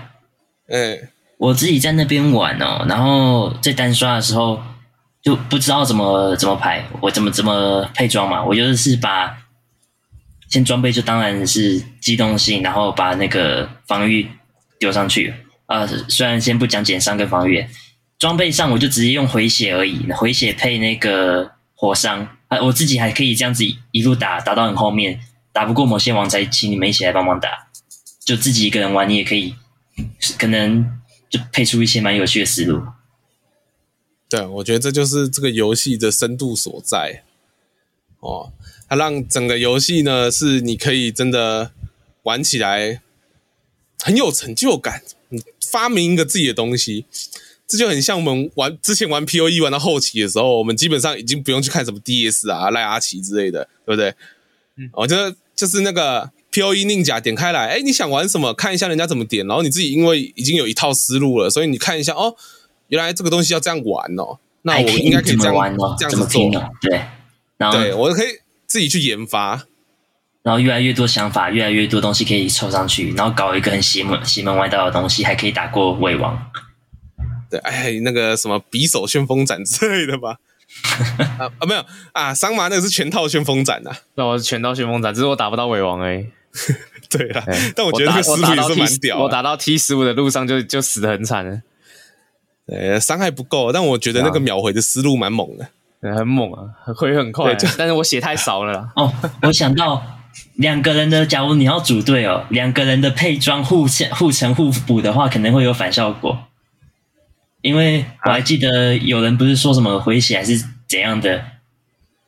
[SPEAKER 1] 哎，
[SPEAKER 3] 我自己在那边玩哦，然后在单刷的时候就不知道怎么怎么排，我怎么怎么配装嘛，我就是把先装备就当然是机动性，然后把那个防御丢上去。啊、虽然先不讲减伤跟防御，装备上我就直接用回血而已，回血配那个火伤，啊，我自己还可以这样子一路打打到很后面，打不过某些王才请你们一起来帮忙打，就自己一个人玩你也可以，可能就配出一些蛮有趣的思路。
[SPEAKER 1] 对，啊我觉得这就是这个游戏的深度所在。哦，它让整个游戏呢是你可以真的玩起来很有成就感，你发明一个自己的东西。这就很像我们玩之前玩 P O E 玩到后期的时候，我们基本上已经不用去看什么 D S 啊、赖阿奇之类的，对不对？嗯，哦，就是就是那个 P O E 宁甲点开来，哎，你想玩什么？看一下人家怎么点，然后你自己因为已经有一套思路了，所以你看一下哦，原来这个东西要这样玩哦，那
[SPEAKER 3] 还
[SPEAKER 1] 我应该可以这
[SPEAKER 3] 怎么
[SPEAKER 1] 样
[SPEAKER 3] 玩哦，
[SPEAKER 1] 这样
[SPEAKER 3] 怎
[SPEAKER 1] 子
[SPEAKER 3] 么
[SPEAKER 1] 做
[SPEAKER 3] 拼，哦，对，
[SPEAKER 2] 啊
[SPEAKER 3] 然后
[SPEAKER 1] 对我可以自己去研发。
[SPEAKER 3] 然后越来越多想法，越来越多东西可以凑上去，然后搞一个很邪门邪门歪道的东西，还可以打过伪王。
[SPEAKER 1] 对，哎，那个什么匕首旋风斩之类的 吧。啊啊，没有啊，桑麻那个是全套旋风斩呐、啊。
[SPEAKER 2] 那我是全刀旋风斩，只是我打不到尾王而已。
[SPEAKER 1] 对啦，
[SPEAKER 2] 哎
[SPEAKER 1] 但我觉得
[SPEAKER 2] 打
[SPEAKER 1] 那个思
[SPEAKER 2] 我
[SPEAKER 1] 路
[SPEAKER 2] 打
[SPEAKER 1] 也
[SPEAKER 2] 到
[SPEAKER 1] 是
[SPEAKER 2] T
[SPEAKER 1] 蛮屌啊的。
[SPEAKER 2] 我打到 T 十五的路上就就死的很惨了，
[SPEAKER 1] 呃，伤害不够，但我觉得那个秒回的思路蛮猛的。
[SPEAKER 2] 嗯很猛啊，回很快啊
[SPEAKER 1] 对，
[SPEAKER 2] 但是我血太少了啦。
[SPEAKER 3] 哦，我想到两个人的，假如你要组队哦，两个人的配装互相互成互补的话，可能会有反效果。因为我还记得有人不是说什么回血还是怎样的，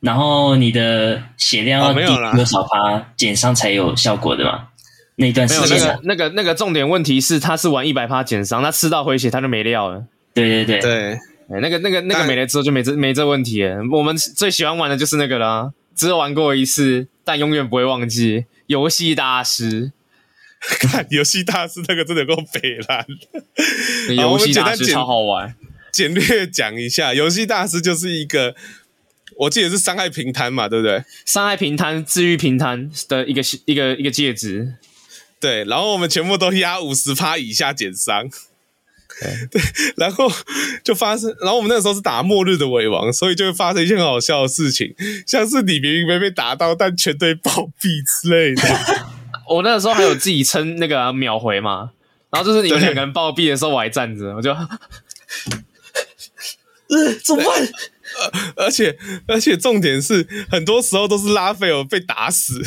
[SPEAKER 3] 然后你的血量
[SPEAKER 1] 哦
[SPEAKER 3] 要
[SPEAKER 1] 没有啦
[SPEAKER 3] 低多少趴减伤才有效果的嘛？那一段
[SPEAKER 2] 没
[SPEAKER 3] 时
[SPEAKER 2] 有那
[SPEAKER 3] 间啊
[SPEAKER 2] 个，那个那个重点问题是，他是玩一百趴减伤，他吃到回血他就没料了。
[SPEAKER 3] 对对对，
[SPEAKER 1] 对，
[SPEAKER 2] 哎，那个那个那个
[SPEAKER 1] 但
[SPEAKER 2] 没了之后就没这没这问题了。我们最喜欢玩的就是那个啦，只有玩过一次，但永远不会忘记。游戏大师，
[SPEAKER 1] 看游戏大师那个真的够北烂。
[SPEAKER 2] 游戏大
[SPEAKER 1] 我们简单
[SPEAKER 2] 师
[SPEAKER 1] 简
[SPEAKER 2] 超好玩。
[SPEAKER 1] 简略讲一下，游戏大师就是一个，我记得是伤害平摊嘛，对不对？
[SPEAKER 2] 伤害平摊、治愈平摊的一个一个一个戒指，
[SPEAKER 1] 对，然后我们全部都压五十趴以下减伤。对，然后就发生，然后我们那时候是打末日的尾王，所以就会发生一些很好笑的事情，像是你明明没被打到，但全队暴毙之类的。
[SPEAKER 2] 我那个时候还有自己撑那个啊秒回嘛，然后就是你们
[SPEAKER 1] 对
[SPEAKER 2] 两个人暴毙的时候，我还站着，我就， 呃，怎么办？
[SPEAKER 1] 而且而且重点是，很多时候都是拉斐尔被打死，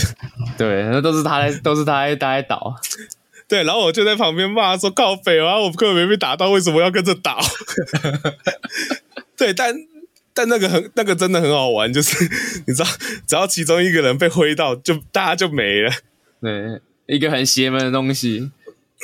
[SPEAKER 2] 对，那都是他在，都是他在，他在倒。
[SPEAKER 1] 对，然后我就在旁边骂说：“靠北啊，我根本没被打到，为什么要跟着 倒？”对，但但那个很那个真的很好玩，就是 你知道，只要其中一个人被挥到，就大家就没了。
[SPEAKER 2] 对，一个很邪门的东西。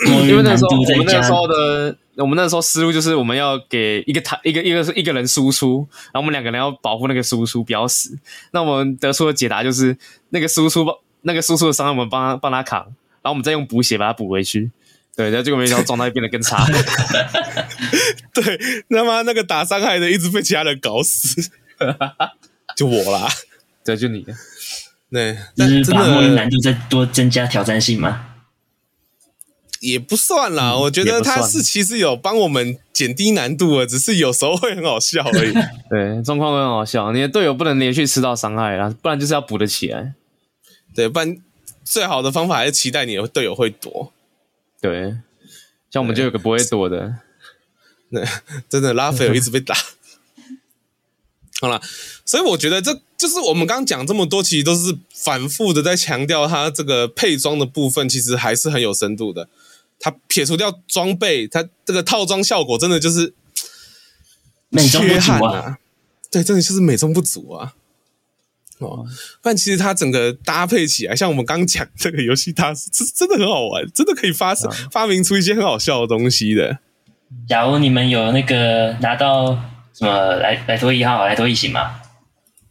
[SPEAKER 3] 因
[SPEAKER 2] 因为那时候我们那
[SPEAKER 3] 加
[SPEAKER 2] 时候的我们那时候思路就是我们要给一个他一个一个一个人输出，然后我们两个人要保护那个输出不要死。那我们得出的解答就是那个输出那个输出的伤害我们帮他帮他扛，然后我们再用补血把它补回去。对，然后结果没想到状态变得 更差。
[SPEAKER 1] 对，他妈那个打伤害的一直被其他人搞 死，就我啦。
[SPEAKER 2] 对，就你的
[SPEAKER 1] 对，
[SPEAKER 3] 就
[SPEAKER 1] 但
[SPEAKER 3] 是
[SPEAKER 1] 真
[SPEAKER 3] 把末日
[SPEAKER 1] 的
[SPEAKER 3] 难度再多增加挑战性嘛。
[SPEAKER 1] 也不算啦。我觉
[SPEAKER 2] 嗯也
[SPEAKER 1] 得
[SPEAKER 2] 不
[SPEAKER 1] 他
[SPEAKER 2] 算
[SPEAKER 1] 是其实有帮我们减低难度啊，只是有时候会很好笑而已。
[SPEAKER 2] 对状况会很好笑。你的队友不能连续吃到伤害啦，不然就是要补得起来。
[SPEAKER 1] 对，不然最好的方法还是期待你的队友会躲。
[SPEAKER 2] 对，像我们就有个不会躲的，
[SPEAKER 1] 那 真的拉斐尔一直被打。好了，所以我觉得这就是我们刚刚讲这么多，其实都是反复的在强调它这个配装的部分，其实还是很有深度的。它撇除掉装备，它这个套装效果真的就是
[SPEAKER 3] 美中不
[SPEAKER 1] 缺憾
[SPEAKER 3] 足啊，
[SPEAKER 1] 啊！对，真的就是美中不足啊。哦，但其实它整个搭配起来，像我们刚讲这个游戏它，是是真的很好玩，真的可以发、发明出一些很好笑的东西的。
[SPEAKER 3] 假如你们有那个拿到什么莱莱托一号、莱托一型嘛，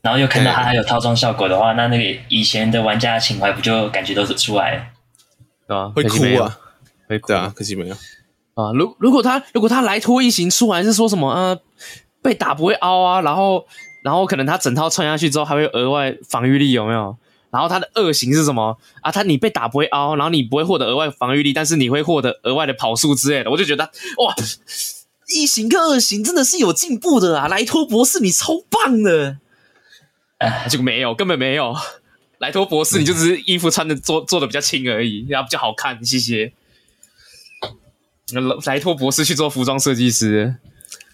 [SPEAKER 3] 然后又看到它
[SPEAKER 1] 对
[SPEAKER 3] 还有套装效果的话，那那个以前的玩家的情怀不就感觉都是出来了？
[SPEAKER 2] 对吧？
[SPEAKER 1] 会
[SPEAKER 2] 可惜
[SPEAKER 1] 哭
[SPEAKER 2] 没有
[SPEAKER 1] 啊，
[SPEAKER 2] 会哭
[SPEAKER 1] 对啊，可惜没有。
[SPEAKER 2] 啊，如如果他如果他来拖一行出来是说什么呃被打不会凹啊，然后然后可能他整套穿下去之后还会额外防御力有没有？然后他的恶行是什么啊？他你被打不会凹，然后你不会获得额外防御力，但是你会获得额外的跑速之类的。我就觉得哇，一行跟二行真的是有进步的啊！莱托博士你超棒的，
[SPEAKER 3] 哎，
[SPEAKER 2] 结果没有，根本没有。莱托博士，你就只是衣服穿的做做的比较轻而已，然后比较好看，谢谢。那莱莱托博士去做服装设计师，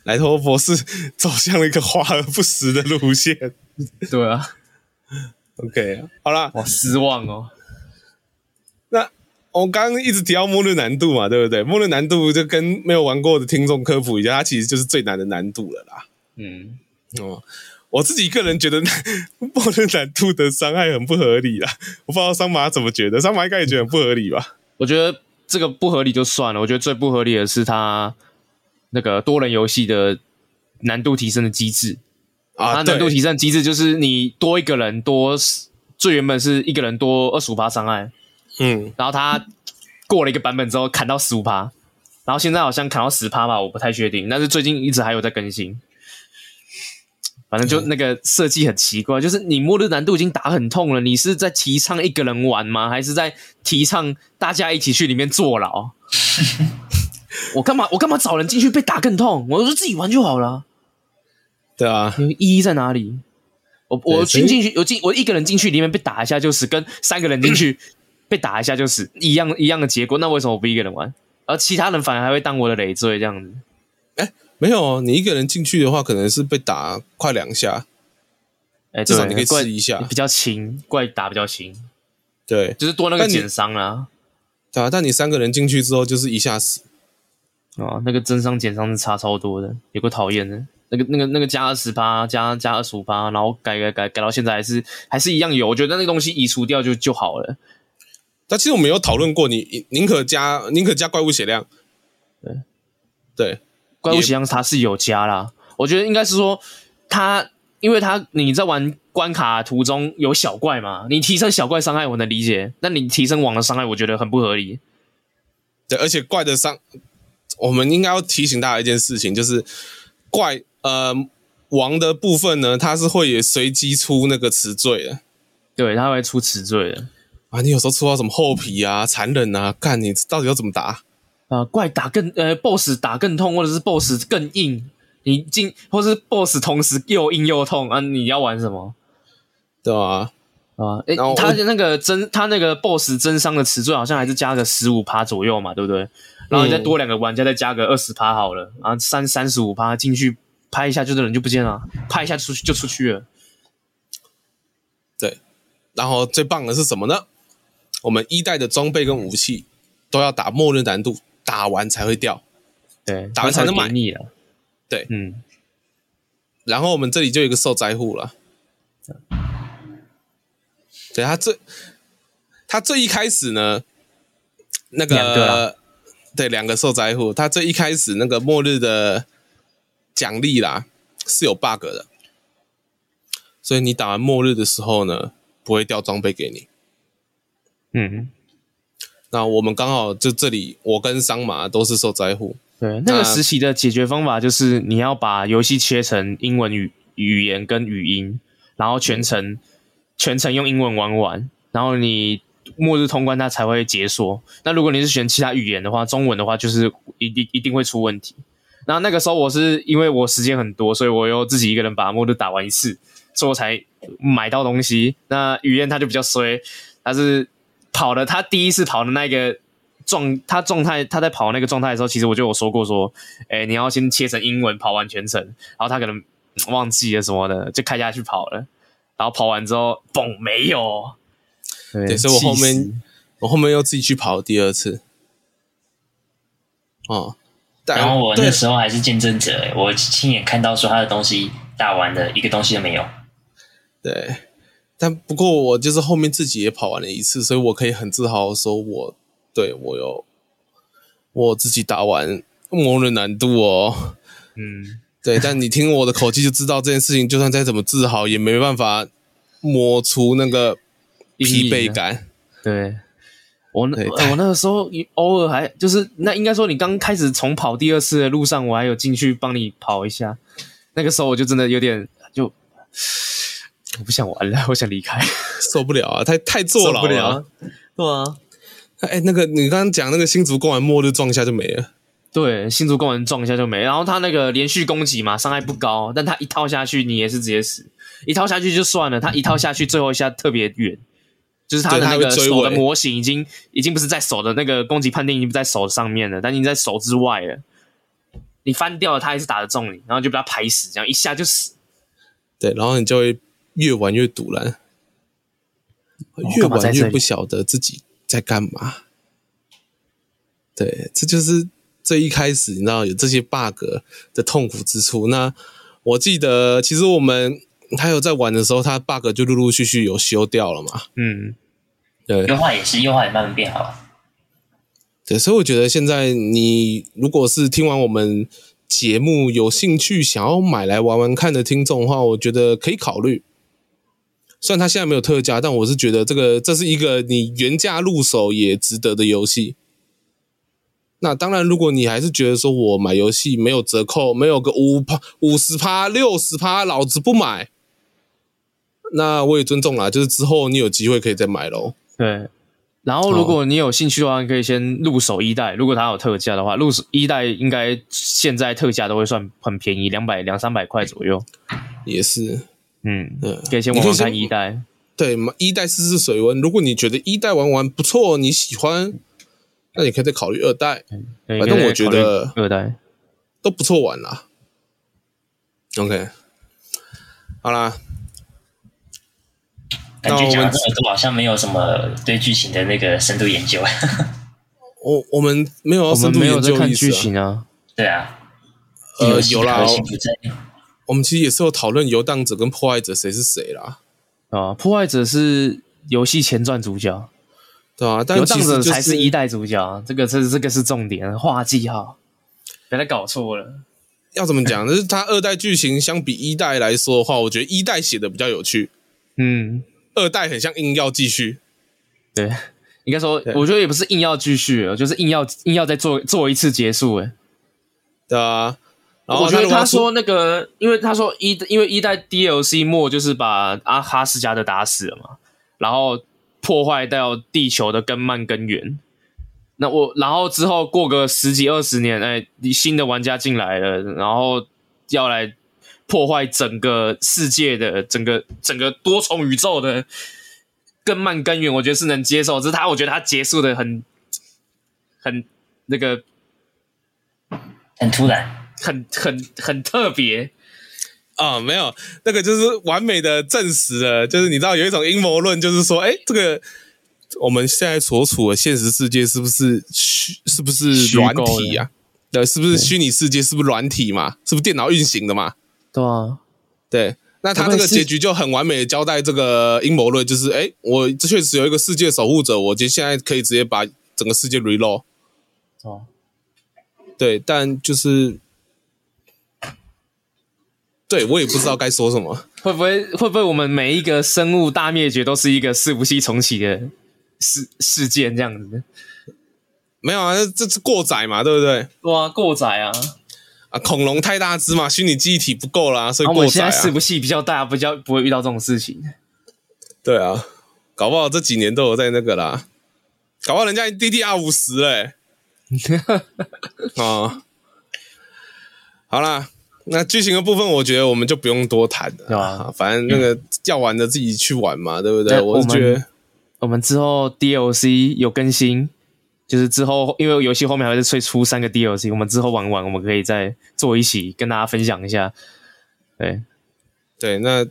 [SPEAKER 1] 莱托博士走向了一个华而不实的路线。
[SPEAKER 2] 对啊，
[SPEAKER 1] OK，好啦，
[SPEAKER 2] 哇，失望哦。
[SPEAKER 1] 那我刚刚一直提到末日难度嘛，对不对？末日难度就跟没有玩过的听众科普一下，它其实就是最难的难度了啦。
[SPEAKER 2] 嗯，
[SPEAKER 1] 哦，我自己个人觉得 末日难度的伤害很不合理啦，我不知道桑马怎么觉得，桑马应该也觉得很不合理吧？
[SPEAKER 2] 我觉得这个不合理就算了，我觉得最不合理的是他那个多人游戏的难度提升的机制。它
[SPEAKER 1] 啊，
[SPEAKER 2] 难度
[SPEAKER 1] 对
[SPEAKER 2] 提升机制就是你多一个人多，最原本是一个人多二十五趴伤害，
[SPEAKER 1] 嗯，
[SPEAKER 2] 然后他过了一个版本之后砍到十五趴，然后现在好像砍到十趴吧，我不太确定，但是最近一直还有在更新。反正就那个设计很奇怪，就是你末日难度已经打很痛了，你是在提倡一个人玩吗？还是在提倡大家一起去里面坐牢？我干嘛？我干嘛找人进去被打更痛？我就自己玩就好了啊。
[SPEAKER 1] 对啊，
[SPEAKER 2] 有意义在哪里？我我
[SPEAKER 1] 对所以
[SPEAKER 2] 进进去，我进我一个人进去里面被打一下就死，跟三个人 进去被打一下就死一样一样的结果，那为什么我不一个人玩？而其他人反而还会当我的累赘这样子？
[SPEAKER 1] 没有哦，你一个人进去的话，可能是被打快两下，
[SPEAKER 2] 哎、
[SPEAKER 1] 至少
[SPEAKER 2] 对
[SPEAKER 1] 你可以
[SPEAKER 2] 怪
[SPEAKER 1] 试一下
[SPEAKER 2] 比较轻，怪打比较轻，
[SPEAKER 1] 对，
[SPEAKER 2] 就是多那个
[SPEAKER 1] 但你
[SPEAKER 2] 减伤啦。
[SPEAKER 1] 对啊，但你三个人进去之后就是一下死，
[SPEAKER 2] 哦，那个增伤减伤是差超多的，有个讨厌的。那个、那个、那个加二十八，加加二十五八，然后改改改改到现在还是还是一样有，我觉得那个东西移除掉就就好了。
[SPEAKER 1] 但其实我们有讨论过，你宁可加宁可加怪物血量，对
[SPEAKER 2] 怪物血量它是有加啦，我觉得应该是说它，因为它你在玩关卡途中有小怪嘛，你提升小怪伤害我能理解，但你提升网的伤害我觉得很不合理。
[SPEAKER 1] 对，而且怪的伤，我们应该要提醒大家一件事情，就是怪呃王的部分呢，它是会也随机出那个词缀的
[SPEAKER 2] 对，它会出词缀的
[SPEAKER 1] 啊，你有时候出到什么厚皮啊、残忍啊，看你到底要怎么打，
[SPEAKER 2] 啊、怪打更呃 BOSS 打更痛，或者是 BOSS 更硬，你进或是 BOSS 同时又硬又痛啊，你要玩什么？
[SPEAKER 1] 对吧、
[SPEAKER 2] 啊，诶、
[SPEAKER 1] 然后我
[SPEAKER 2] 他的那个增，他那个 BOSS 增伤的词缀好像还是加个十五趴左右嘛，对不对？然
[SPEAKER 1] 嗯
[SPEAKER 2] 后你再多两个玩家，再加个二十趴好了，然后三三十五趴进去拍一下，就是人就不见了，拍一下出去就出去了。
[SPEAKER 1] 对，然后最棒的是什么呢？我们一代的装备跟武器都要打末日难度，打完才会掉。
[SPEAKER 2] 对，
[SPEAKER 1] 打完才能买
[SPEAKER 2] 腻了。
[SPEAKER 1] 对
[SPEAKER 2] 嗯，
[SPEAKER 1] 然后我们这里就有一个受灾户了。对他最他最一开始呢，那
[SPEAKER 2] 两个
[SPEAKER 1] 个
[SPEAKER 2] 啦
[SPEAKER 1] 对两个受灾户，他最一开始那个末日的奖励啦是有 bug 的，所以你打完末日的时候呢，不会掉装备给你。
[SPEAKER 2] 嗯，
[SPEAKER 1] 那我们刚好就这里，我跟桑马都是受灾户，
[SPEAKER 2] 对，那
[SPEAKER 1] 那
[SPEAKER 2] 个时期的解决方法就是你要把游戏切成英文语语言跟语音，然后全程全程用英文玩完，然后你末日通关它才会解锁。那如果你是选其他语言的话，中文的话就是一定一定会出问题。那那个时候我是因为我时间很多，所以我又自己一个人把末日打完一次，所以我才买到东西。那雨燕他就比较衰，他是跑的，他第一次跑的那个状，他状态，他在跑那个状态的时候，其实我就有说过说，哎、你要先切成英文跑完全程，然后他可能嗯忘记了什么的，就开下去跑了，然后跑完之后，嘣，没有。
[SPEAKER 1] 对，
[SPEAKER 2] 对
[SPEAKER 1] 所以我后
[SPEAKER 2] 气
[SPEAKER 1] 面
[SPEAKER 2] 死
[SPEAKER 1] 我后面又自己去跑第二次，哦，但
[SPEAKER 3] 然后我
[SPEAKER 1] 对
[SPEAKER 3] 那时候还是见证者、欸，我亲眼看到说他的东西打完了，一个东西都没有。
[SPEAKER 1] 对，但不过我就是后面自己也跑完了一次，所以我可以很自豪地说我对我有我自己打完魔人难度哦。
[SPEAKER 2] 嗯，
[SPEAKER 1] 对，但你听我的口气就知道这件事情，就算再怎么自豪，也没办法磨除那个疲
[SPEAKER 3] 啊
[SPEAKER 1] 惫感。
[SPEAKER 2] 对。我那
[SPEAKER 1] 对
[SPEAKER 2] 呃我那个时候偶尔还就是那应该说你刚开始重跑第二次的路上，我还有进去帮你跑一下。那个时候我就真的有点就我不想玩了，我想离开，
[SPEAKER 1] 受不了啊，太太坐牢
[SPEAKER 2] 受不
[SPEAKER 1] 了。
[SPEAKER 2] 了。对啊，
[SPEAKER 1] 哎，那个你刚刚讲那个新竹公完末日撞一下就没了，
[SPEAKER 2] 对，新竹公园撞一下就没，然后他那个连续攻击嘛，伤害不高，但他一套下去你也是直接死，一套下去就算了，他一套下去最后一下特别远，就是他的
[SPEAKER 1] 对
[SPEAKER 2] 那
[SPEAKER 1] 他会
[SPEAKER 2] 个
[SPEAKER 1] 追
[SPEAKER 2] 手的
[SPEAKER 1] 尾
[SPEAKER 2] 模型已经已经不是在手的那个攻击判定已经不在手上面了，但已经在手之外了，你翻掉了他还是打得中你，然后就被他排死，这样一下就死，
[SPEAKER 1] 对，然后你就会越玩越堵然，越
[SPEAKER 2] 干嘛在
[SPEAKER 1] 玩
[SPEAKER 2] 这
[SPEAKER 1] 越
[SPEAKER 2] 里
[SPEAKER 1] 不晓得自己在干嘛。对，这就是最一开始你知道有这些 bug 的痛苦之处。那我记得，其实我们还有在玩的时候，它 bug 就陆陆续续有修掉了嘛。
[SPEAKER 2] 嗯，
[SPEAKER 1] 对
[SPEAKER 3] 优化也是，优化也慢慢变好了。
[SPEAKER 1] 对，所以我觉得现在你如果是听完我们节目有兴趣想要买来玩玩看的听众的话，我觉得可以考虑。虽然它现在没有特价，但我是觉得这个这是一个你原价入手也值得的游戏。那当然，如果你还是觉得说我买游戏没有折扣，没有个五趴、五十趴、六十趴，老子不买，那我也尊重啦。就是之后你有机会可以再买喽。
[SPEAKER 2] 对。然后，如果
[SPEAKER 1] 哦
[SPEAKER 2] 你有兴趣的话，可以先入手一代。如果它有特价的话，入手一代应该现在特价都会算很便宜，两百两三百块左右。
[SPEAKER 1] 也是，
[SPEAKER 2] 嗯，
[SPEAKER 1] 嗯，
[SPEAKER 2] 可以先
[SPEAKER 1] 你可以
[SPEAKER 2] 玩玩看
[SPEAKER 1] 先
[SPEAKER 2] 一代。
[SPEAKER 1] 对，嘛一代试试水温。如果你觉得一代玩玩不错，你喜欢，那你可以再考虑二代，
[SPEAKER 2] 反
[SPEAKER 1] 反正我觉得
[SPEAKER 2] 二代，
[SPEAKER 1] 都不错玩啦。OK，好啦，
[SPEAKER 3] 感
[SPEAKER 1] 那
[SPEAKER 3] 觉
[SPEAKER 1] 我
[SPEAKER 3] 讲
[SPEAKER 1] 们
[SPEAKER 3] 了这么多，好像没有什么对剧情的那个深度研究。
[SPEAKER 1] 我我们没有要
[SPEAKER 2] 我
[SPEAKER 1] 深
[SPEAKER 2] 们
[SPEAKER 1] 度
[SPEAKER 2] 没有
[SPEAKER 1] 研
[SPEAKER 2] 在
[SPEAKER 1] 究
[SPEAKER 2] 看
[SPEAKER 1] 意思
[SPEAKER 2] 剧
[SPEAKER 1] 啊、
[SPEAKER 2] 情啊。
[SPEAKER 3] 对啊，
[SPEAKER 1] 呃
[SPEAKER 3] 游，戏
[SPEAKER 1] 有
[SPEAKER 3] 的
[SPEAKER 1] 啦
[SPEAKER 3] 核，心不在
[SPEAKER 1] 我们其实也是有讨论游荡者跟破坏者谁是谁啦，
[SPEAKER 2] 啊，破坏者是游戏前传主角，
[SPEAKER 1] 对啊，但
[SPEAKER 2] 游
[SPEAKER 1] 其
[SPEAKER 2] 荡
[SPEAKER 1] 实
[SPEAKER 2] 者
[SPEAKER 1] 就是
[SPEAKER 2] 才是一代主角啊，这个这这个是重点，画记号，别再搞错了。
[SPEAKER 1] 要怎么讲？ 就是它二代剧情相比一代来说的话，我觉得一代写的比较有趣，
[SPEAKER 2] 嗯，
[SPEAKER 1] 二代很像硬要继续。
[SPEAKER 2] 对，应该说
[SPEAKER 1] 对，
[SPEAKER 2] 我觉得也不是硬要继续了，就是硬要硬要再做做一次结束。哎，
[SPEAKER 1] 对啊，然后
[SPEAKER 2] 我觉得
[SPEAKER 1] 如果
[SPEAKER 2] 他
[SPEAKER 1] 要出
[SPEAKER 2] 说那个，因为他说一，因为一代 DLC 末就是把阿哈斯加德打死了嘛，然后破坏掉地球的根蔓根源。那我然后之后过个十几二十年，哎，新的玩家进来了，然后要来破坏整个世界的整个整个多重宇宙的根蔓根源，我觉得是能接受。只是他，我觉得他结束的很很那个
[SPEAKER 3] 很突然，
[SPEAKER 2] 很很很特别。
[SPEAKER 1] 啊、没有，那个就是完美的证实了，就是你知道有一种阴谋论，就是说，哎，这个我们现在所处的现实世界是不是虚？是不是
[SPEAKER 2] 虚构
[SPEAKER 1] 软
[SPEAKER 2] 的
[SPEAKER 1] 体啊？对，是不是虚拟世界？是不是软体嘛？是不是电脑运行的嘛？
[SPEAKER 2] 对啊，
[SPEAKER 1] 对，那他
[SPEAKER 2] 不
[SPEAKER 1] 这
[SPEAKER 2] 会
[SPEAKER 1] 个
[SPEAKER 2] 是
[SPEAKER 1] 结局就很完美的交代这个阴谋论，就是哎，诶我这确实有一个世界守护者，我觉得现在可以直接把整个世界 reload。
[SPEAKER 2] 哦，
[SPEAKER 1] 对，但就是，对我也不知道该说什么。
[SPEAKER 2] 会不会会不会我们每一个生物大灭绝都是一个四不系重启的事事件这样子？
[SPEAKER 1] 没有啊，这是过载嘛，对不对？
[SPEAKER 2] 哇，过载啊！
[SPEAKER 1] 啊，恐龙太大只嘛，虚拟记忆体不够啦，所以
[SPEAKER 2] 然后我
[SPEAKER 1] 过
[SPEAKER 2] 们现
[SPEAKER 1] 载
[SPEAKER 2] 在四
[SPEAKER 1] 啊。
[SPEAKER 2] 不系比较大，比较不会遇到这种事情。
[SPEAKER 1] 对啊，搞不好这几年都有在那个啦，搞不好人家 DDR 五十 嘞。哦，好啦，那剧情的部分，我觉得我们就不用多谈了
[SPEAKER 2] 对啊
[SPEAKER 1] 啊。反正那个要玩的自己去玩嘛，对不对？
[SPEAKER 2] 对
[SPEAKER 1] 我是
[SPEAKER 2] 我们
[SPEAKER 1] 觉得
[SPEAKER 2] 我们之后 DLC 有更新，就是之后因为游戏后面还会再出三个 DLC，我们之后玩完我们可以再做一起跟大家分享一下。对，
[SPEAKER 1] 对，那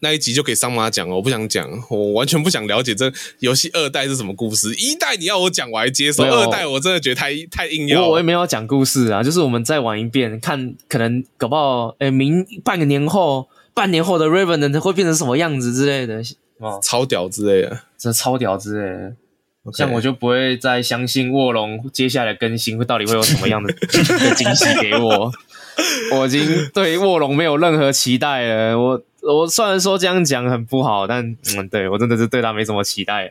[SPEAKER 1] 那一集就给桑妈讲了，我不想讲，我完全不想了解这游戏二代是什么故事。一代你要我讲我还接受，
[SPEAKER 2] 没有
[SPEAKER 1] 二代我真的觉得太太硬要
[SPEAKER 2] 我我也
[SPEAKER 1] 了。
[SPEAKER 2] 没有要讲故事啊，就是我们再玩一遍，看可能搞不好，哎、明半个年后、半年后的 Raven 会变成什么样子之类的，哦，
[SPEAKER 1] 超屌之类的，
[SPEAKER 2] 这超屌之类的。
[SPEAKER 1] OK
[SPEAKER 2] 像我就不会再相信卧龙接下来更新会到底会有什么样的 的惊喜给 我。我已经对卧龙没有任何期待了。我我虽然说这样讲很不好，但嗯，对我真的是对他没什么期待了，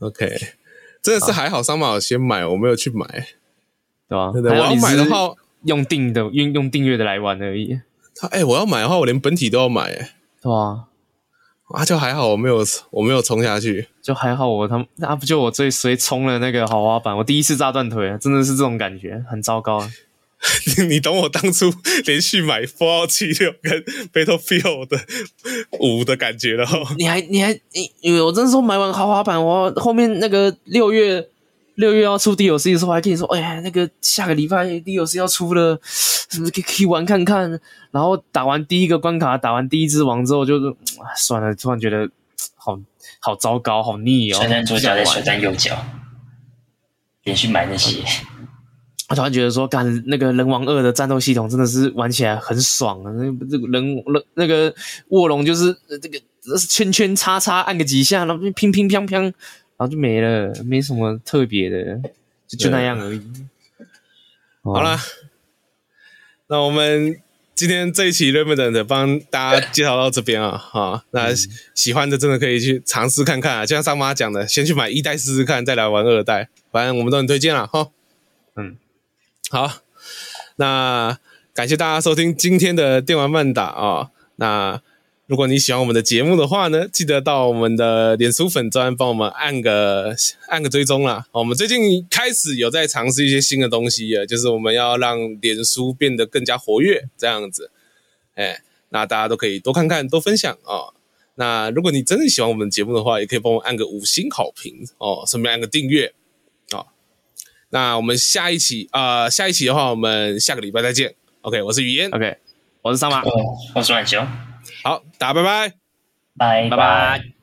[SPEAKER 1] OK，真的是还好，桑马有先买，我没有去买。
[SPEAKER 2] 对吧？
[SPEAKER 1] 对的，
[SPEAKER 2] 还
[SPEAKER 1] 我
[SPEAKER 2] 有
[SPEAKER 1] 要
[SPEAKER 2] 你
[SPEAKER 1] 买的
[SPEAKER 2] 是
[SPEAKER 1] 话，
[SPEAKER 2] 用订的用用订阅的来玩而已，
[SPEAKER 1] 他哎、我要买的话，我连本体都要买、哎，
[SPEAKER 2] 对吧？
[SPEAKER 1] 啊，就还好，我没有，我没有冲下去。
[SPEAKER 2] 就还好我他们那、不就我最随冲了那个豪华版，我第一次炸断腿，真的是这种感觉，很糟糕。啊
[SPEAKER 1] 你懂我当初连续买 Fallout 七六跟 Battlefield 的五的感觉了哦。
[SPEAKER 2] 你还你还你，因为我真的说买完豪华版，我后面那个六月六月要出 DLC 的时候，还跟你说，哎呀，那个下个礼拜 DLC 要出了，是不是可以 可以玩看看？然后打完第一个关卡，打完第一只王之后就，是算了，突然觉得好好糟糕，好腻哦，
[SPEAKER 3] 摔断左脚再
[SPEAKER 2] 不想
[SPEAKER 3] 摔
[SPEAKER 2] 玩
[SPEAKER 3] 断右脚，连续买那些，
[SPEAKER 2] 我突然觉得说，干那个人王二的战斗系统真的是玩起来很爽啊！那这个人人那个卧龙就是呃这个这是圈圈叉叉按个几下，然后就乒乒乓乓，然后就没了，没什么特别的，就就那样而已。
[SPEAKER 1] 好
[SPEAKER 2] 好
[SPEAKER 1] 啦，那我们今天这一期 r e m e d a n t 帮大家介绍到这边啊，哈、那喜欢的真的可以去尝试看看啊，就像上妈讲的，先去买一代试试看，再来玩二代，反正我们都很推荐了啊哈。
[SPEAKER 2] 嗯，
[SPEAKER 1] 好，那感谢大家收听今天的电玩漫打啊、那如果你喜欢我们的节目的话呢，记得到我们的脸书粉专帮我们按个按个追踪啦。哦我们最近开始有在尝试一些新的东西了，就是我们要让脸书变得更加活跃，这样子。哎，那大家都可以多看看，多分享哦。那如果你真的喜欢我们的节目的话，也可以帮我按个五星好评哦，顺便按个订阅哦。那我们下一期啊、呃下一期的话，我们下个礼拜再见。OK，我是雨嫣，
[SPEAKER 3] 哦
[SPEAKER 2] ，OK，我是桑马，
[SPEAKER 3] 我我是万雄，
[SPEAKER 1] 好，大家拜拜。
[SPEAKER 3] 拜
[SPEAKER 2] 拜拜。